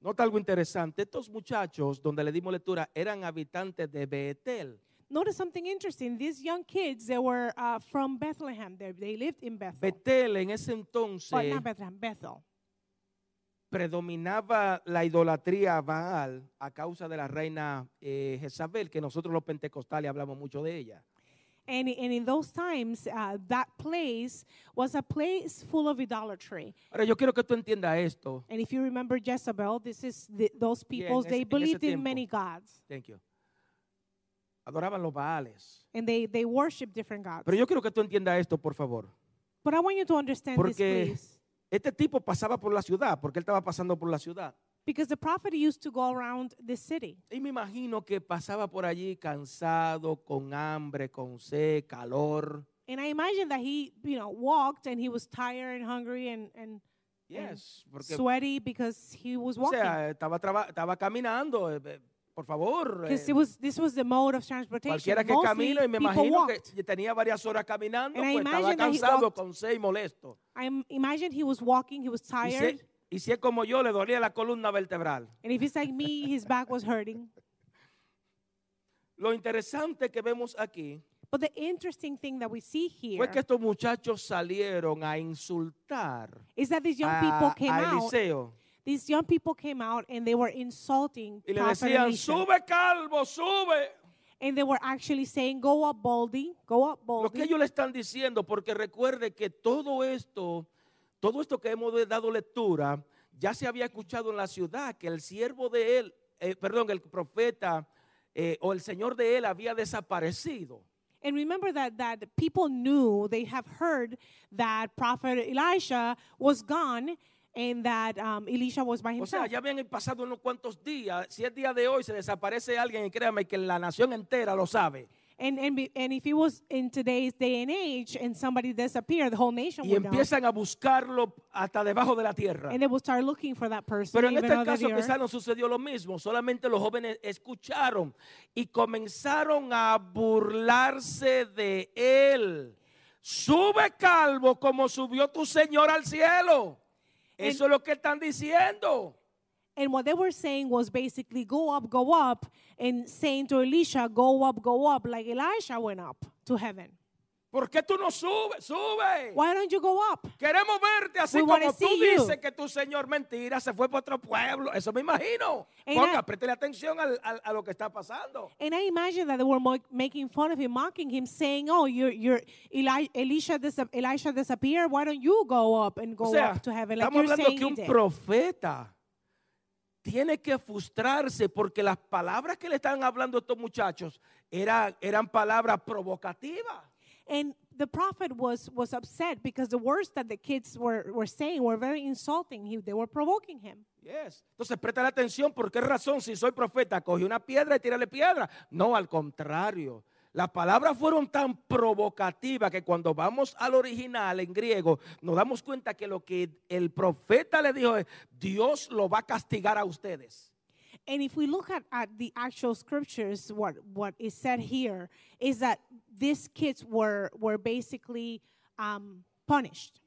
Nota algo interesante. Estos muchachos, donde le dimos lectura, eran habitantes de Betel.
Notice something interesting. These young kids, they were uh, from Bethlehem. They, they lived in Bethel.
Betel en ese
But
entonces
not Bethlehem, Bethel.
predominaba la idolatría a Baal a causa de la reina eh, Jezabel, que nosotros los pentecostales hablamos mucho de ella.
And, and in those times, uh, that place was a place full of idolatry.
Ahora yo quiero que tú entiendas esto.
And if you remember Jezebel, this is the, those peoples,
ese- en
they
ese
believed in
tiempo.
many gods
Thank you. Adoraban los Baales.
and they, they worship different gods.
Pero yo quiero que tú entiendas esto, por favor.
But I want you to understand this,
Porque-
please.
Este tipo pasaba por la ciudad, porque él estaba pasando por la ciudad.
Because the prophet used to go around the city.
Y me imagino que pasaba por allí cansado, con hambre, con sed, calor.
And I imagine that he, you know, walked and he was tired and hungry and, and
Yes, porque
sweaty because he was
o
walking.
sea, eh, estaba, traba- estaba caminando. eh, eh, Por favor, eh,
Because it was this was the mode of transportation.
cualquiera que
Mostly
camine, y me
people
imagino que
walked.
tenía varias horas caminando,
And I
pues estaba
imagine that he
cansado,
walked-
con sed y molesto.
I im- imagine he was walking, he was
Y si-
tired,
y si es como yo, le dolía la columna vertebral.
and if it's like me, his back was hurting.
Lo interesante que vemos aquí
But the interesting thing that we see here
fue que estos muchachos salieron a insultar
is that these young people
a,
came
a
out.
Eliseo
These young people came out and they were insulting
y le
prophet
decían,
Elisha.
sube calvo, sube.
and they were actually saying, "Go up, Baldy! Go up,
Lo que
Baldy!"
ellos le están diciendo, porque recuerde que todo esto, todo esto que hemos de- dado lectura, ya se había escuchado en la ciudad, que el siervo de él, eh, perdón, el profeta eh, o el señor de él había desaparecido.
And remember that that people knew they have heard that prophet Elisha was gone and that um, Elisha was by
O sea,
himself.
ya habían pasado unos cuantos días. Si es día de hoy, se desaparece alguien, y créame que la nación entera lo sabe.
and, and be- and if it was in today's day and age and somebody disappeared, the whole nation
Y
would know.
empiezan a buscarlo hasta debajo de la tierra.
And they will start looking for that person.
Pero en
even
este
under the
caso
earth.
quizás no sucedió lo mismo, solamente los jóvenes escucharon y comenzaron a burlarse de él. Sube calvo como subió tu Señor al cielo. Eso es lo que están diciendo.
And what they were saying was basically, go up, go up, and saying to Elisha, go up, go up, like Elisha went up to heaven.
¿Por qué tú no subes? Sube.
Why don't you go up?
Queremos verte así
We wanna
como tú
see you.
dices que tu Señor mentira, se fue para otro pueblo. Eso me imagino.
And I-
Ponga, préstele atención al- al- a lo que está pasando.
And I imagine that they were mo- making fun of him, mocking him, saying, oh, you're, you're Eli- Elisha, disa- Elisha disappeared. Why don't you go up and go
O sea,
up to heaven? Like
estamos
you're
hablando
saying
que
you
un
did.
profeta tiene que frustrarse porque las palabras que le están hablando estos muchachos eran, eran palabras provocativas.
And the prophet was, was upset because the words that the kids were, were saying were very insulting. He, they were provoking him.
Yes. Entonces, presta la atención, ¿por qué razón si soy profeta cogí una piedra y tírale piedra? No, al contrario. Las palabras fueron tan provocativas que cuando vamos al original en griego, nos damos cuenta que lo que el profeta le dijo es, Dios lo va a castigar a ustedes.
And if we look at, at the actual scriptures, what, what is said here is that these kids were, were basically um, punished.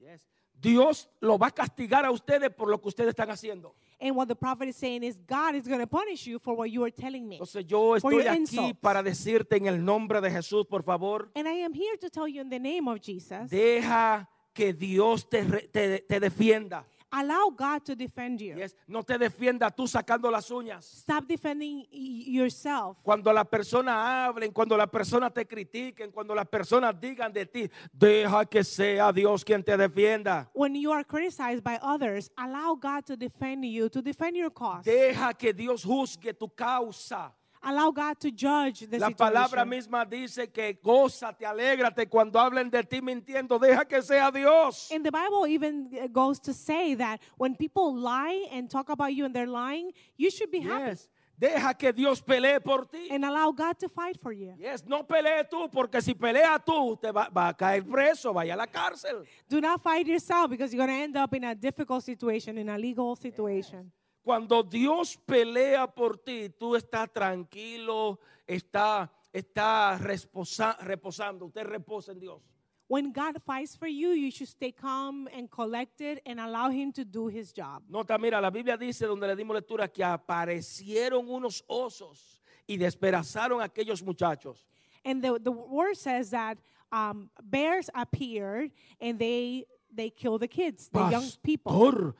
Yes. Dios lo va a castigar a ustedes por lo que ustedes están haciendo.
And what the prophet is saying is, God is going to punish you for what you are telling me.
Entonces yo
For your
estoy aquí
insults.
para decirte en el nombre de Jesús, por favor,
And I am here to tell you in the name of Jesus,
deja que Dios te, re- te- te defienda.
allow God to defend you.
Yes. No te defienda tú sacando las uñas.
Stop defending y- yourself.
Cuando las personas hablen, cuando las personas te critiquen, cuando las personas digan de ti, deja que sea Dios quien te defienda.
When you are criticized by others, allow God to defend you, to defend your cause.
Deja que Dios juzgue tu causa.
Allow God to judge the
La
situation.
palabra misma dice que gózate, alégrate cuando hablen de ti mintiendo. Deja que sea Dios.
And the Bible even uh, goes to say that when people lie and talk about you and they're lying, you should be happy
Yes. Deja que Dios pelee por ti.
and allow God to fight for you.
Yes. No pelee tú, porque si pelea tú, te va, va a caer preso, vaya a la cárcel.
Do not fight yourself because you're going to end up in a difficult situation, in a legal situation.
Cuando Dios pelea por ti, tú estás tranquilo, está, está resposa- reposando. Usted reposa en Dios.
When God fights for you, you should stay calm and collected and allow Him to do His job.
Nota, mira, la Biblia dice donde le dimos lectura que aparecieron unos osos y despedazaron a aquellos muchachos.
And the, the word says that um, bears appeared and they they kill the kids, the young people.
Pastor,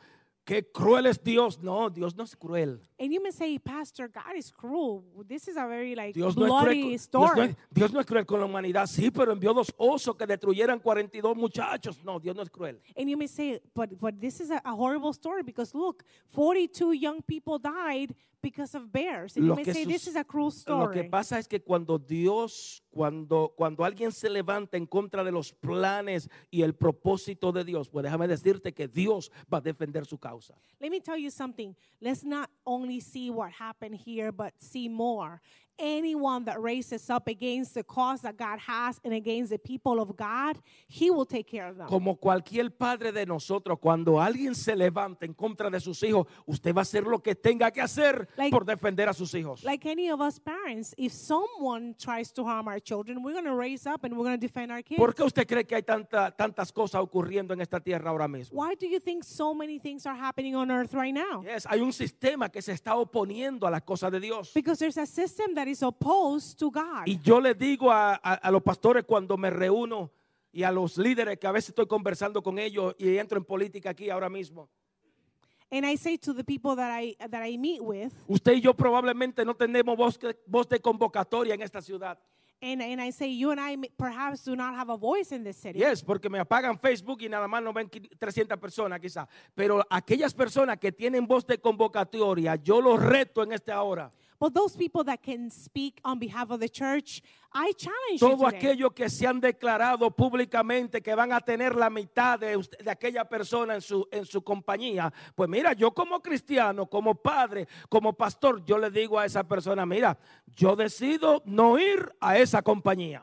Qué cruel es Dios. No, Dios no es cruel.
And you may say, Pastor, God is cruel. This is a very like
Dios no, es cruel,
bloody
con- Dios,
story.
no es, Dios no es cruel con la humanidad, sí, pero envió dos osos que destruyeran 42 muchachos. No, Dios no es cruel.
And you may say, but but this is a, a horrible story because look, 42 young people died because of bears. And you
Lo
may
que
say, this
sus-
is a cruel
Lo que
story.
pasa es que cuando Dios, cuando, cuando alguien se levanta en contra de los planes y el propósito de Dios, pues déjame decirte que Dios va a defender su causa.
Let me tell you something. Let's not only see what happened here, but see more. Anyone that raises up against the cause that God has and against the people of God, He will take care of them.
Como cualquier padre de nosotros, cuando alguien se levanta en contra de sus hijos, usted va a hacer lo que tenga que hacer
Like-
por defender a sus hijos.
Like any of us parents, if someone tries to harm our children, we're going to raise up and we're going to defend our kids.
¿Por qué usted cree que hay tanta- tantas cosas ocurriendo en esta tierra ahora mismo?
Why do you think so many things are happening on earth right now?
Yes, hay un sistema que se está oponiendo a las cosas de Dios.
Because there's a system that is opposed to God.
Y yo le digo a, a- a los pastores cuando me reúno y a los líderes que a veces estoy conversando con ellos y entro en política aquí ahora mismo.
And I say to the people that I that I meet with,
Usted y yo probablemente no tenemos voz, que- voz de convocatoria en esta ciudad.
and, and I say, you and I may- perhaps do not have a voice in this city.
Yes, porque me apagan Facebook y nada más nos ven qui- 300 personas quizás. Pero aquellas personas que tienen voz de convocatoria, yo los reto en esta hora.
But those people that can speak on behalf of the church, I challenge
Todo
you today.
aquellos que se han declarado públicamente que van a tener la mitad de, usted- de aquella persona en su, en su compañía, pues mira, yo como cristiano, como padre, como pastor, yo le digo a esa persona, mira, yo decido no ir a esa compañía.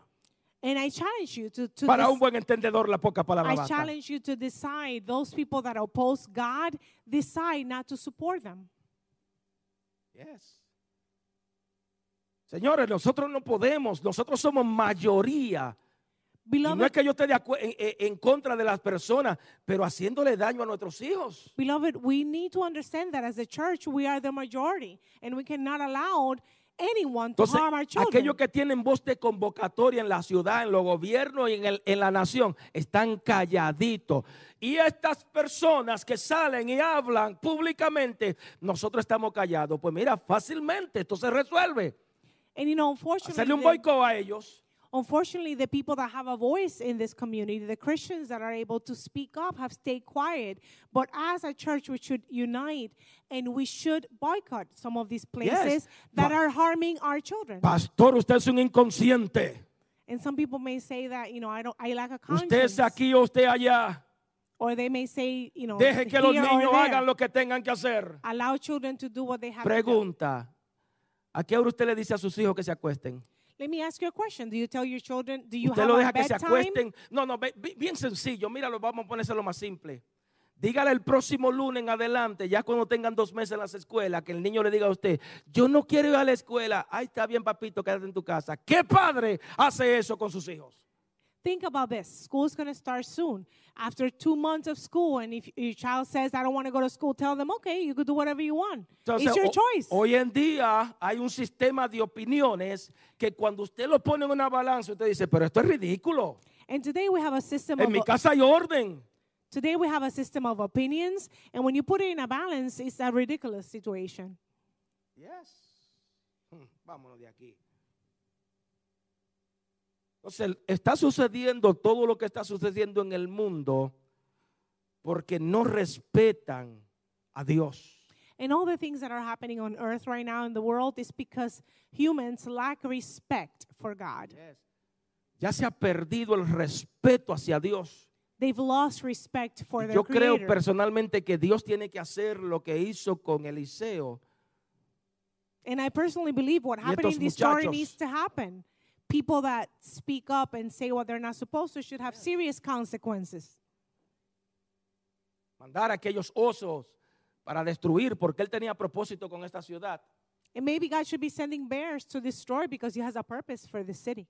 and I challenge you to, to
Para
dis-
un buen entendedor, la poca palabra
I
basta.
challenge you to decide those people that oppose God, decide not to support them.
Yes. Señores, nosotros no podemos, nosotros somos mayoría. Y
Beloved,
no es que yo esté de acu- en- en- en contra de las personas, pero haciéndole daño a nuestros hijos.
Beloved, we need to understand that as a church, we are the majority and we cannot allow anyone to
Entonces,
harm our children.
aquellos que tienen voz de convocatoria en la ciudad, en los gobiernos y en, el- en la nación, están calladitos. Y estas personas que salen y hablan públicamente, nosotros estamos callados. Pues mira, fácilmente esto se resuelve.
and you know, unfortunately,
Hacerle un
the,
boicot a ellos.
unfortunately, the people that have a voice in this community, the Christians that are able to speak up, have stayed quiet. But as a church, we should unite and we should boycott some of these places that
But-
are harming our children.
Pastor, usted es un inconsciente.
and some people may say that, you know, I don't, I lack a
Usted
conscience.
es aquí o usted allá.
Or they may say, you know,
Deje que los
here or
niños
there.
hagan lo que tengan que hacer.
Allow children to do what they have to do.
Pregunta. ¿A qué hora usted le dice a sus hijos que se acuesten?
Let me ask you a question. Do you tell your children, do you
Usted
have
lo
a
deja que se
bedtime?
acuesten. No, no, ve- bi- bien sencillo. Mira, lo vamos a ponérselo más simple. Dígale el próximo lunes en adelante, ya cuando tengan dos meses en las escuelas, que el niño le diga a usted, yo no quiero ir a la escuela. Ay, está bien, papito, quédate en tu casa. ¿Qué padre hace eso con sus hijos?
Think about this. School's going to start soon. After two months of school, and if your child says, I don't want to go to school, tell them, okay, you could do whatever you want.
Entonces,
it's your
ho-
choice.
hoy en día hay un sistema de opiniones que cuando usted lo pone en una balanza, usted dice, pero esto es ridículo.
and today we have a system
En
of
mi casa hay orden.
today we have a system of opinions, and when you put it in a balance, it's a ridiculous situation.
Yes. Hmm, Vámonos de aquí. Entonces, está sucediendo todo lo que está sucediendo en el mundo porque no respetan a Dios.
And all the things that are happening on earth right now in the world is because humans lack respect for God.
Ya se ha perdido el respeto hacia Dios.
They've lost respect for their
Yo creo
creator.
personalmente que Dios tiene que hacer lo que hizo con Eliseo.
And I personally believe what
Y
happened
estos
in this story
muchachos-
needs to happen. People that speak up and say what they're not supposed to should have serious consequences.
Mandar a aquellos osos para destruir porque él tenía propósito con esta ciudad.
And maybe God should be sending bears to this story because He has a purpose for this city.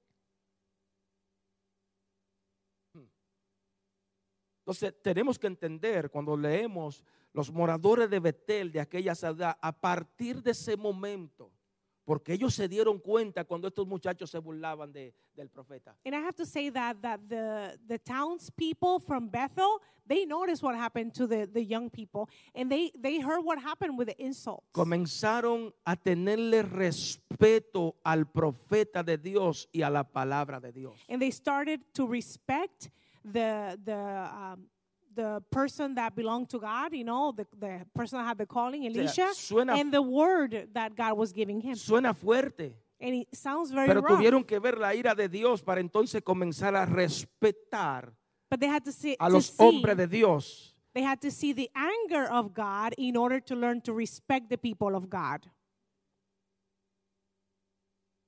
Entonces tenemos que entender cuando leemos los moradores de Betel de aquella ciudad, a partir de ese momento, Porque ellos se dieron cuenta cuando estos muchachos se burlaban de- del profeta.
And I have to say that that the the townspeople from Bethel they noticed what happened to the the young people, and they they heard what happened with the insults.
Comenzaron a tenerle respeto al profeta de Dios y a la palabra de Dios.
and they started to respect the the um, the person that belonged to God, you know, the, the person that had the calling,
sea,
Elisha,
suena-
and the word that God was giving him.
Suena fuerte,
And it sounds very
pero
rough,
tuvieron que ver la ira de Dios para entonces comenzar a respetar
but they had to see,
a
to
los
see
hombres de Dios.
they had to see the anger of God in order to learn to respect the people of God.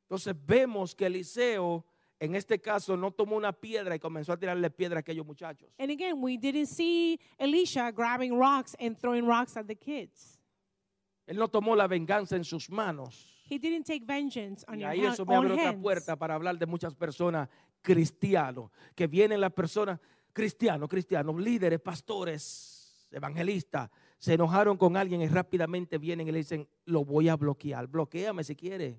Entonces vemos que Eliseo, en este caso, no tomó una piedra y comenzó a tirarle piedra a aquellos muchachos.
And again, we didn't see Elisha grabbing rocks and throwing rocks at the kids.
Él no tomó la venganza en sus manos.
He didn't take vengeance on
Y
your
ahí
hand-
eso me
own
abre otra
hands.
puerta para hablar de muchas personas cristianos, que vienen las personas cristianos, cristianos, líderes, pastores, evangelistas, se enojaron con alguien y rápidamente vienen y le dicen, lo voy a bloquear, bloqueame si quieres,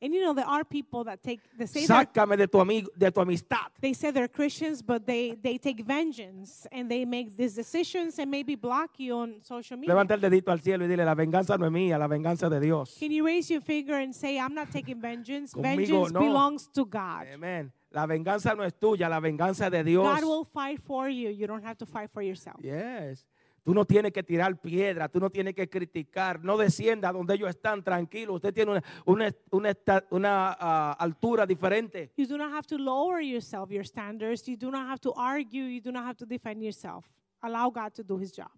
And you know, there are people that take they say they're
sácame de tu, amigo, de tu amistad.
they say they're Christians, but they, they take vengeance and they make these decisions and maybe block you on social media.
Levanta el dedito al cielo y dile, la venganza no es mía, la venganza de Dios.
Can you raise your finger and say, I'm not taking vengeance?
Conmigo
vengeance
no.
belongs to God.
Amén. La venganza no es tuya, la venganza de Dios.
God will fight for you. You don't have to fight for yourself.
Yes. Tú no tienes que tirar piedra, tú no tienes que criticar, no descienda donde ellos están, tranquilo. Usted tiene una, una, una esta- una, ah, altura diferente.
You do not have to lower yourself, your standards. You do not have to argue. You do not have to defend yourself. Allow God to do his job.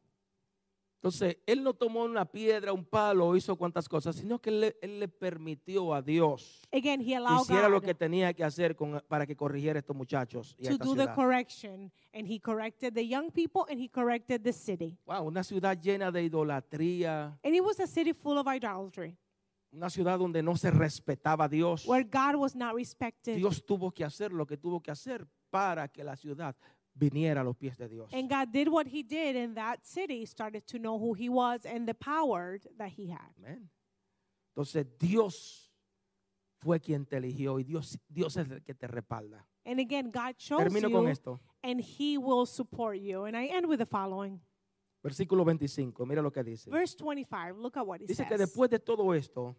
Entonces, él no tomó una piedra, un palo, hizo cuantas cosas, sino que él, le- él le permitió a Dios
Again, he
que
allowed
hiciera
God
lo que tenía que hacer con- para que corrigiera a estos muchachos. Y a
to
esta
do the
ciudad.
correction. And he corrected the young people and he corrected the city.
Wow, una ciudad llena de idolatría,
And it was a city full of idolatry.
una ciudad donde no se respetaba a Dios.
where God was not respected.
Dios tuvo que hacer lo que tuvo que hacer para que la ciudad viniera a los pies de Dios.
And God did what he did, and that city started to know who he was and the power that he had.
Amén. Entonces Dios fue quien te eligió y Dios, Dios es el que te respalda.
And again, God chose
Termino con
you,
esto.
and he will support you. And I end with the following
Versículo 25, mira lo que dice.
verse 25. Look at what he
Dice que
says.
después de todo esto,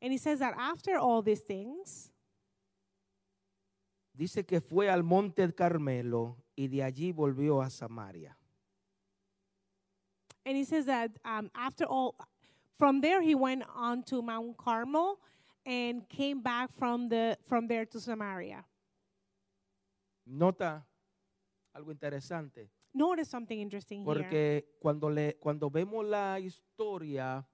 And he says that after all these things,
dice que fue al monte Carmelo y de allí volvió a Samaria.
and he says that um, after all, from there he went on to Mount Carmel and came back from the from there to Samaria.
Nota algo interesante,
Notice something interesting here.
porque cuando, le, cuando vemos la historia,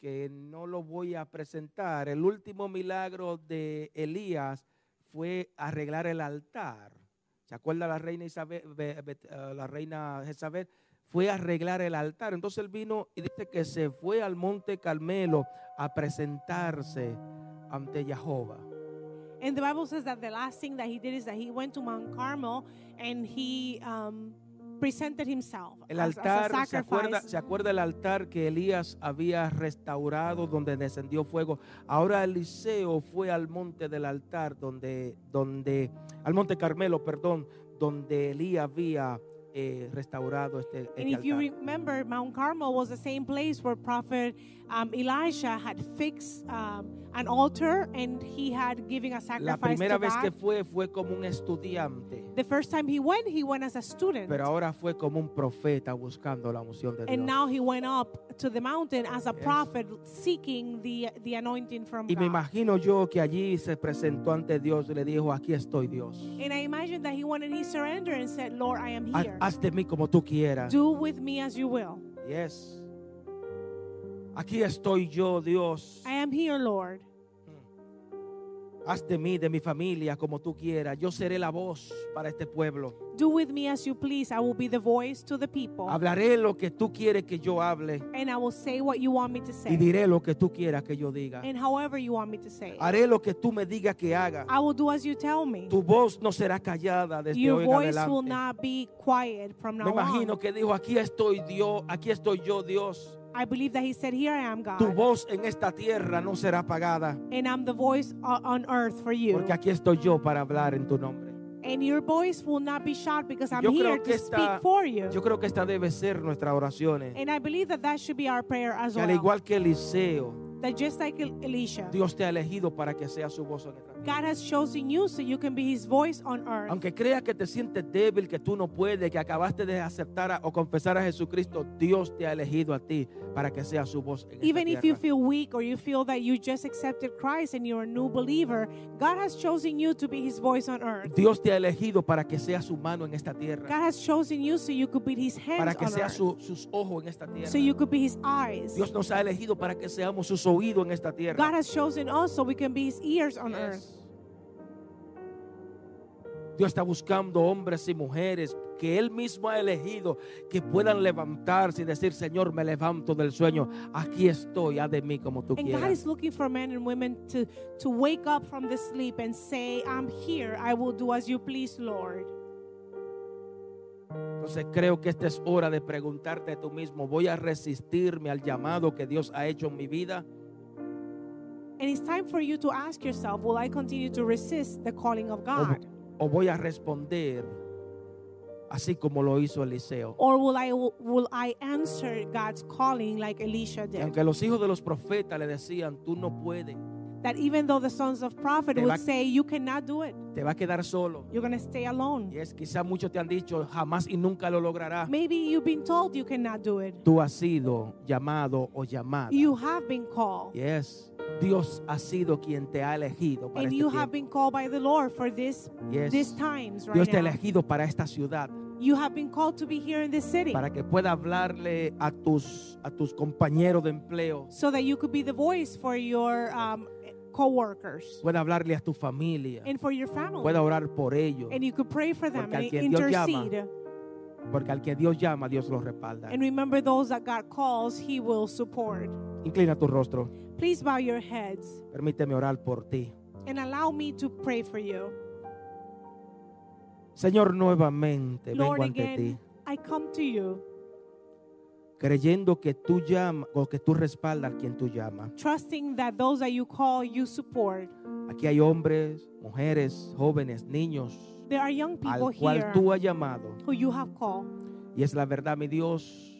que no lo voy a presentar, el último milagro de Elías fue arreglar el altar. ¿Se acuerda la reina Isabel, Be- Be- eh, la reina Jezabel? Fue arreglar el altar. Entonces él vino y dice que se fue al monte Carmelo a presentarse ante Jehová.
And the Bible says that the last thing that he did is that he went to Mount Carmel and he um, presented himself
El
as, as a
altar, ¿se acuerda,
sacrifice.
¿se acuerda el altar que Elías había restaurado donde descendió fuego? Ahora Eliseo fue al monte del altar, donde, donde al monte Carmelo, perdón, donde Elías había eh, restaurado este, este
And if you
altar.
remember, Mount Carmel was the same place where Prophet um, Elijah had fixed um, an altar and he had given a
La
sacrifice
primera
to
vez que
God.
fue fue como un estudiante,
The first time he went, he went as a student.
pero ahora fue como un profeta buscando la unción de
and now
Dios.
he went up to the mountain as a
Yes.
prophet seeking the, the anointing from
Y me
God.
imagino yo que allí se presentó ante Dios y le dijo, aquí estoy Dios,
And I imagine that he went and he surrendered and said, Lord, I am
Haz-
here.
haz de mí como tú quieras.
Do with me as you will.
Yes. Aquí estoy yo, Dios.
I am here, Lord.
Haz de mí, de mi familia, como tú quieras. Yo seré la voz para este pueblo.
Do with me as you please. I will be the voice to the people,
Hablaré lo que tú quieres que yo hable
and I will say what you want me to
y
say,
diré lo que tú quieras que yo diga.
and however you want me to say. it.
Haré lo que tú me digas que haga.
I will do as you tell me.
Tu voz no será callada desde
Your
hoy en
voice will
adelante.
not be quiet from
Me
now
imagino
on.
que dijo, aquí estoy Dios, aquí estoy yo, Dios.
I believe that he said, Here I am, God.
Tu voz en esta tierra no será apagada,
and I'm the voice o- on earth for you.
porque aquí estoy yo para hablar en tu nombre.
And your voice will not be shot because I'm
Yo
here
creo, que
to
esta,
speak for you.
yo creo que esta debe ser nuestras oraciones.
and I believe that that should be our prayer as
Que al
well.
igual que Eliseo,
that just like El- Elisha,
Dios te ha elegido para que sea su voz en esta tierra.
God has chosen you so you can be his voice on earth.
Aunque creas que te sientes débil, que tú no puedes, que acabaste de aceptar a- o confesar a Jesucristo, Dios te ha elegido a ti para que sea su voz en esta
Even if you
tierra.
feel weak or you feel that you just accepted Christ and you're a new believer, God has chosen you to be his voice on earth.
Dios te ha elegido para que sea su mano en esta tierra,
God has chosen you so you could be his hands
para que
on
sea
earth.
su- sus ojos en esta tierra.
so you could be his eyes.
Dios nos ha elegido para que seamos sus oídos en esta tierra.
God has chosen us so we can be his ears on earth.
Yes. Dios está buscando hombres y mujeres que Él mismo ha elegido que puedan levantarse y decir, Señor, me levanto del sueño. Aquí estoy, haz de mí como tú
And God
quieras.
is looking for men and women to, to wake up from the sleep and say, I'm here. I will do as you please, Lord.
Entonces creo que esta es hora de preguntarte a tú mismo, ¿voy a resistirme al llamado que Dios ha hecho en mi vida?
And it's time for you to ask yourself, will I continue to resist the calling of God?
¿O voy a responder así como lo hizo Eliseo?
Or will I will I answer God's calling like Elisha
Y
did?
aunque los hijos de los profetas le decían, tú no puedes,
That even though the sons of prophet
Te va-
would say, you cannot do it.
te va a quedar solo.
You're going to stay alone.
Y es quizá muchos te han dicho, jamás y nunca lo lograrás.
Maybe you've been told you cannot do it.
Tú has sido llamado o llamada.
You have been called.
Yes. Dios ha sido quien te ha elegido para
And
este
you
tiempo.
have been called by the Lord for this
Yes.
these times
Dios
right
te ha
now.
elegido para esta ciudad,
You have been called to be here in this city
para que pueda hablarle a tus a tus compañeros de empleo,
so that you could be the voice for your um, co-workers
pueda hablarle a tu familia,
and for your family.
pueda orar por ellos,
And you could pray for them
Porque al
and
quien Dios llama,
intercede.
porque al que Dios llama, Dios lo respalda.
And remember those that God calls, He will support.
Inclina tu rostro.
Please bow your heads
Permíteme orar por ti.
and allow me to pray for you.
Señor, nuevamente
Lord,
vengo ante ti.
again, I come to you,
creyendo que tú llamas o que tú respaldas a quien tú llamas.
trusting that those that you call, you support.
Aquí hay hombres, mujeres, jóvenes, niños,
There are young people
al cual
here
tú has llamado.
who you have called.
Y es la verdad, mi Dios,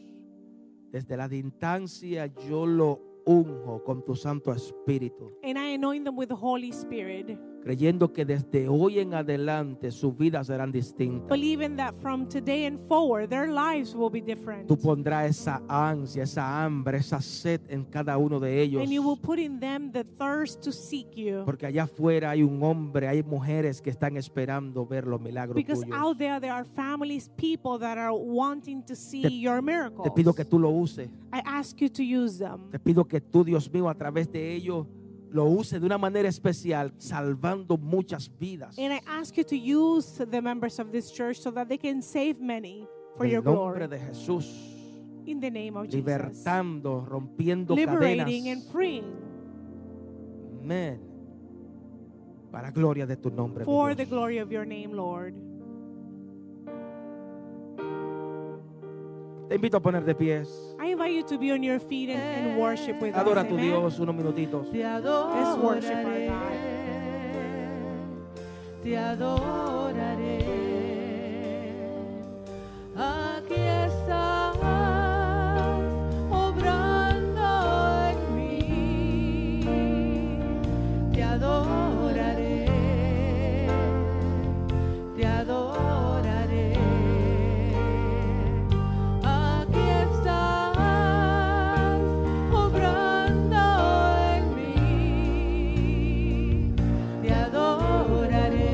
desde la distancia yo lo unjo con tu Santo Espíritu,
And I anoint them with the Holy Spirit,
creyendo que desde hoy en adelante sus vidas serán distintas.
believing that from today and forward, their lives will be different.
Tú pondrás esa ansia, esa hambre, esa sed en cada uno de ellos.
And you will put in them the thirst to seek you.
Porque allá afuera hay un hombre, hay mujeres que están esperando ver los milagros
Because
tuyos.
out there, there are families, people that are wanting to see
Te-
your miracles.
Te pido que tú lo uses.
I ask you to use them.
Te pido que tú, Dios mío, a través de ellos lo uses de una manera especial, salvando muchas vidas.
And I ask you to use the members of this church so that they can save many for
en
your
el nombre
glory.
de Jesús,
In the name of Jesus.
libertando, rompiendo
Liberating and
cadenas.
freeing
Amén. Para gloria de tu nombre. mi
for the
Dios.
glory of your name, Lord.
Te invito a poner de pies.
I invite you to be on your feet and, and worship with
Adora a
us.
tu
amen?
Dios unos minutitos.
Te adoraré.
Let's worship our God.
Te adoraré. Aquí estás obrando en mí. Te adoraré. Te adoraré. Aquí estás obrando en mí. Te adoraré,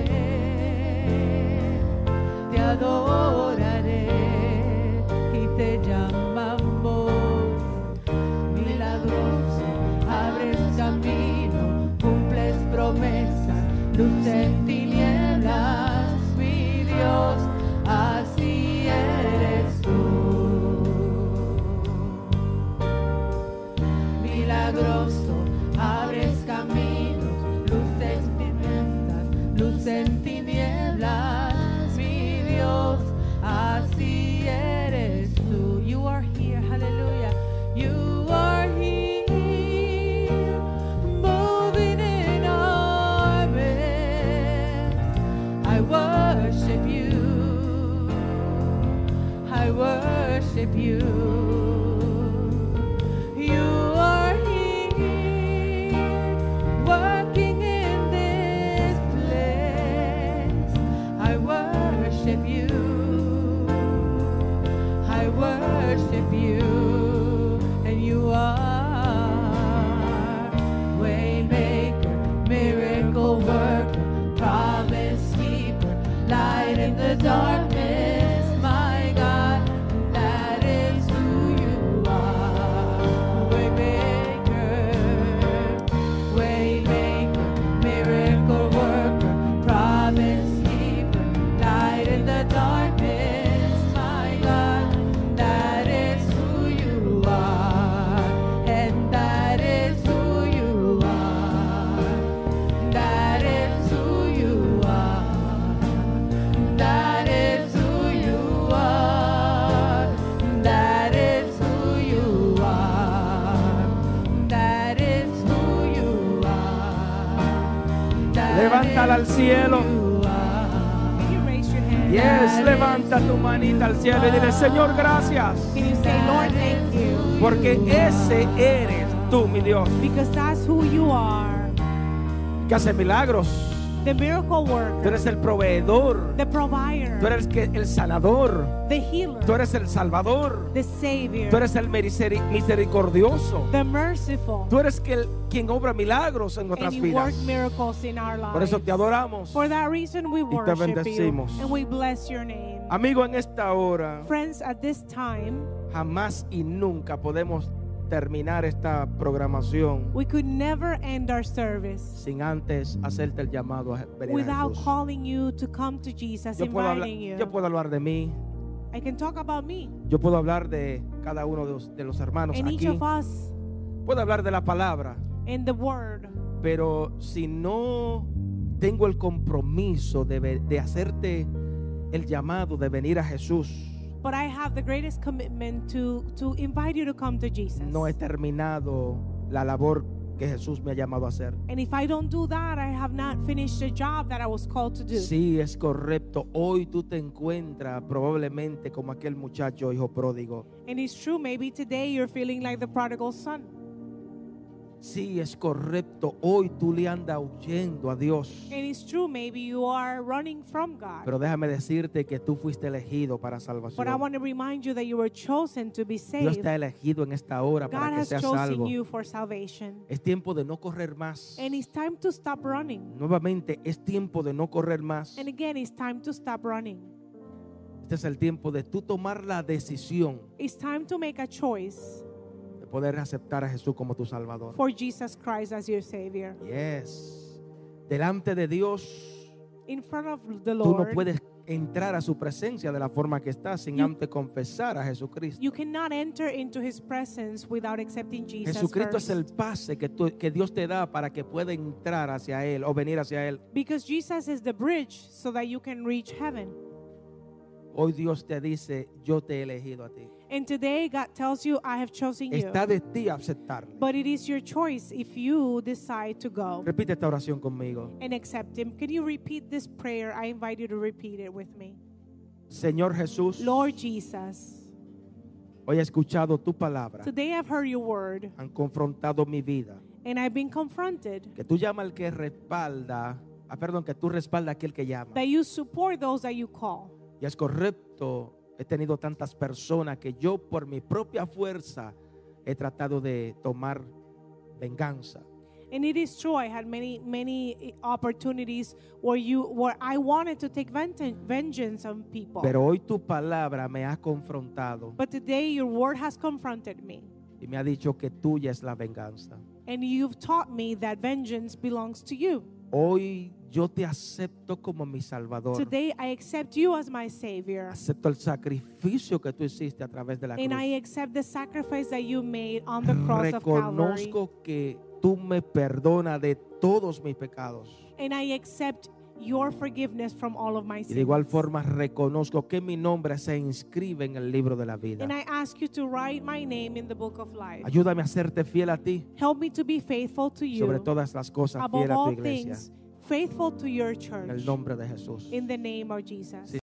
worship you. You are here, working in this place. I worship you. I worship you, and you are waymaker, miracle worker, promise keeper, light in the darkness. My God, that is who you are. Waymaker, waymaker, miracle worker, promise keeper, light in the darkness. My God, that is who you are, and that is who you are. That is who you are. That is who you are. That is who you are. That is who you are. That
Levántala al
is
cielo.
who you are.
Can you raise your hand?
Yes, levanta tu manita al cielo y dile, Señor, gracias.
Can you say, Lord, thank you?
Porque ese eres tú, mi Dios,
Because that's who you are.
que hace milagros.
The miracle
Tú
worker,
eres el proveedor.
the provider,
Tú eres que- el sanador.
the healer,
Tú eres el salvador.
the savior,
Tú eres el miseri- misericordioso.
the merciful.
Tú eres que el- quien obra milagros en
And
nuestras
you
vidas.
work miracles in our lives.
Por eso te adoramos.
For that reason, we
te
worship you
bendecimos.
and we bless your name.
Amigo, en esta hora
Friends, at this time,
jamás y nunca podemos terminar esta programación
we could never end our service
sin antes hacerte el llamado a venir a
without
Jesús.
calling you to come to Jesus,
Yo puedo, hablar,
inviting you.
yo puedo hablar de mí,
I can talk about me
yo puedo hablar de cada uno de los, de los hermanos
and each
aquí,
of us
puedo hablar de la palabra,
and the word.
pero si no tengo el compromiso de, ve- de hacerte el llamado de venir a Jesús,
But I have the greatest commitment to, to invite you to come to Jesus.
no he terminado la labor que Jesús me ha llamado a hacer.
and if I don't do that, I have not finished the job that I was called to do.
Sí, es correcto. Hoy tú te encuentras probablemente como aquel muchacho hijo pródigo.
And it's true, maybe today you're feeling like the prodigal son.
Sí, es correcto. Hoy tú le andas huyendo a Dios.
And it's true, maybe you are running from God.
Pero déjame decirte que tú fuiste elegido para
but I
salvación.
want to remind you that you were chosen to be
Dios
saved.
te ha elegido en esta hora
God
para que
has
seas
chosen
salvo.
you for salvation.
Es tiempo de no correr más.
And it's time to stop running.
Nuevamente, es tiempo de no correr más.
And again, it's time to stop running.
Este es el tiempo de tú tomar la decisión
It's time to make a choice
de poder aceptar a Jesús como tu Salvador.
for Jesus Christ as your Savior.
Yes. Delante de Dios.
In front of the
Tú no
Lord,
puedes entrar a su presencia de la forma que estás sin
You-
antes confesar a Jesucristo.
you cannot enter into His presence without accepting Jesus.
Jesucristo es
first.
el pase que, tú- que Dios te da para que pueda entrar hacia Él o venir hacia Él.
Because Jesus is the bridge so that you can reach heaven.
Hoy Dios te dice, yo te he elegido a ti.
And today, God tells you, I have chosen you.
Está de ti aceptarle.
But it is your choice if you decide to go
Repite esta oración conmigo.
and accept Him. Can you repeat this prayer? I invite you to repeat it with me.
Señor Jesús,
Lord Jesus,
hoy he escuchado tu palabra.
today I've heard your word
Han confrontado mi vida.
and I've been confronted
Que tú llama al que respalda. Ah, perdón, que tú respalda a aquel que llama.
that you support those that you call.
Y es correcto, he tenido tantas personas que yo por mi propia fuerza he tratado de tomar venganza.
And it is true, I had many, many eh, opportunities where you, where I wanted to take venten- vengeance on people.
Pero hoy tu palabra me ha confrontado
but today, your word has confronted me,
y me ha dicho que tuya es la venganza.
and you've taught me that vengeance belongs to you.
Hoy yo te acepto como mi Salvador.
Today, I accept you as my savior,
Acepto el sacrificio que tú hiciste a través de la
and I
cruz.
accept the sacrifice that you made on the cross of Calvary,
Reconozco que tú me perdonas de todos mis pecados.
and I accept your forgiveness from all of my
Y
sins.
de igual forma reconozco que mi nombre se inscribe en el libro de la vida.
And I ask you to write my name in the book of life.
Ayúdame a serte fiel a ti
Help me to be faithful to you.
sobre todas las cosas,
above
fiel a tu
all
iglesia.
things, faithful to your
En
church.
el nombre de Jesús.
In the name of Jesus.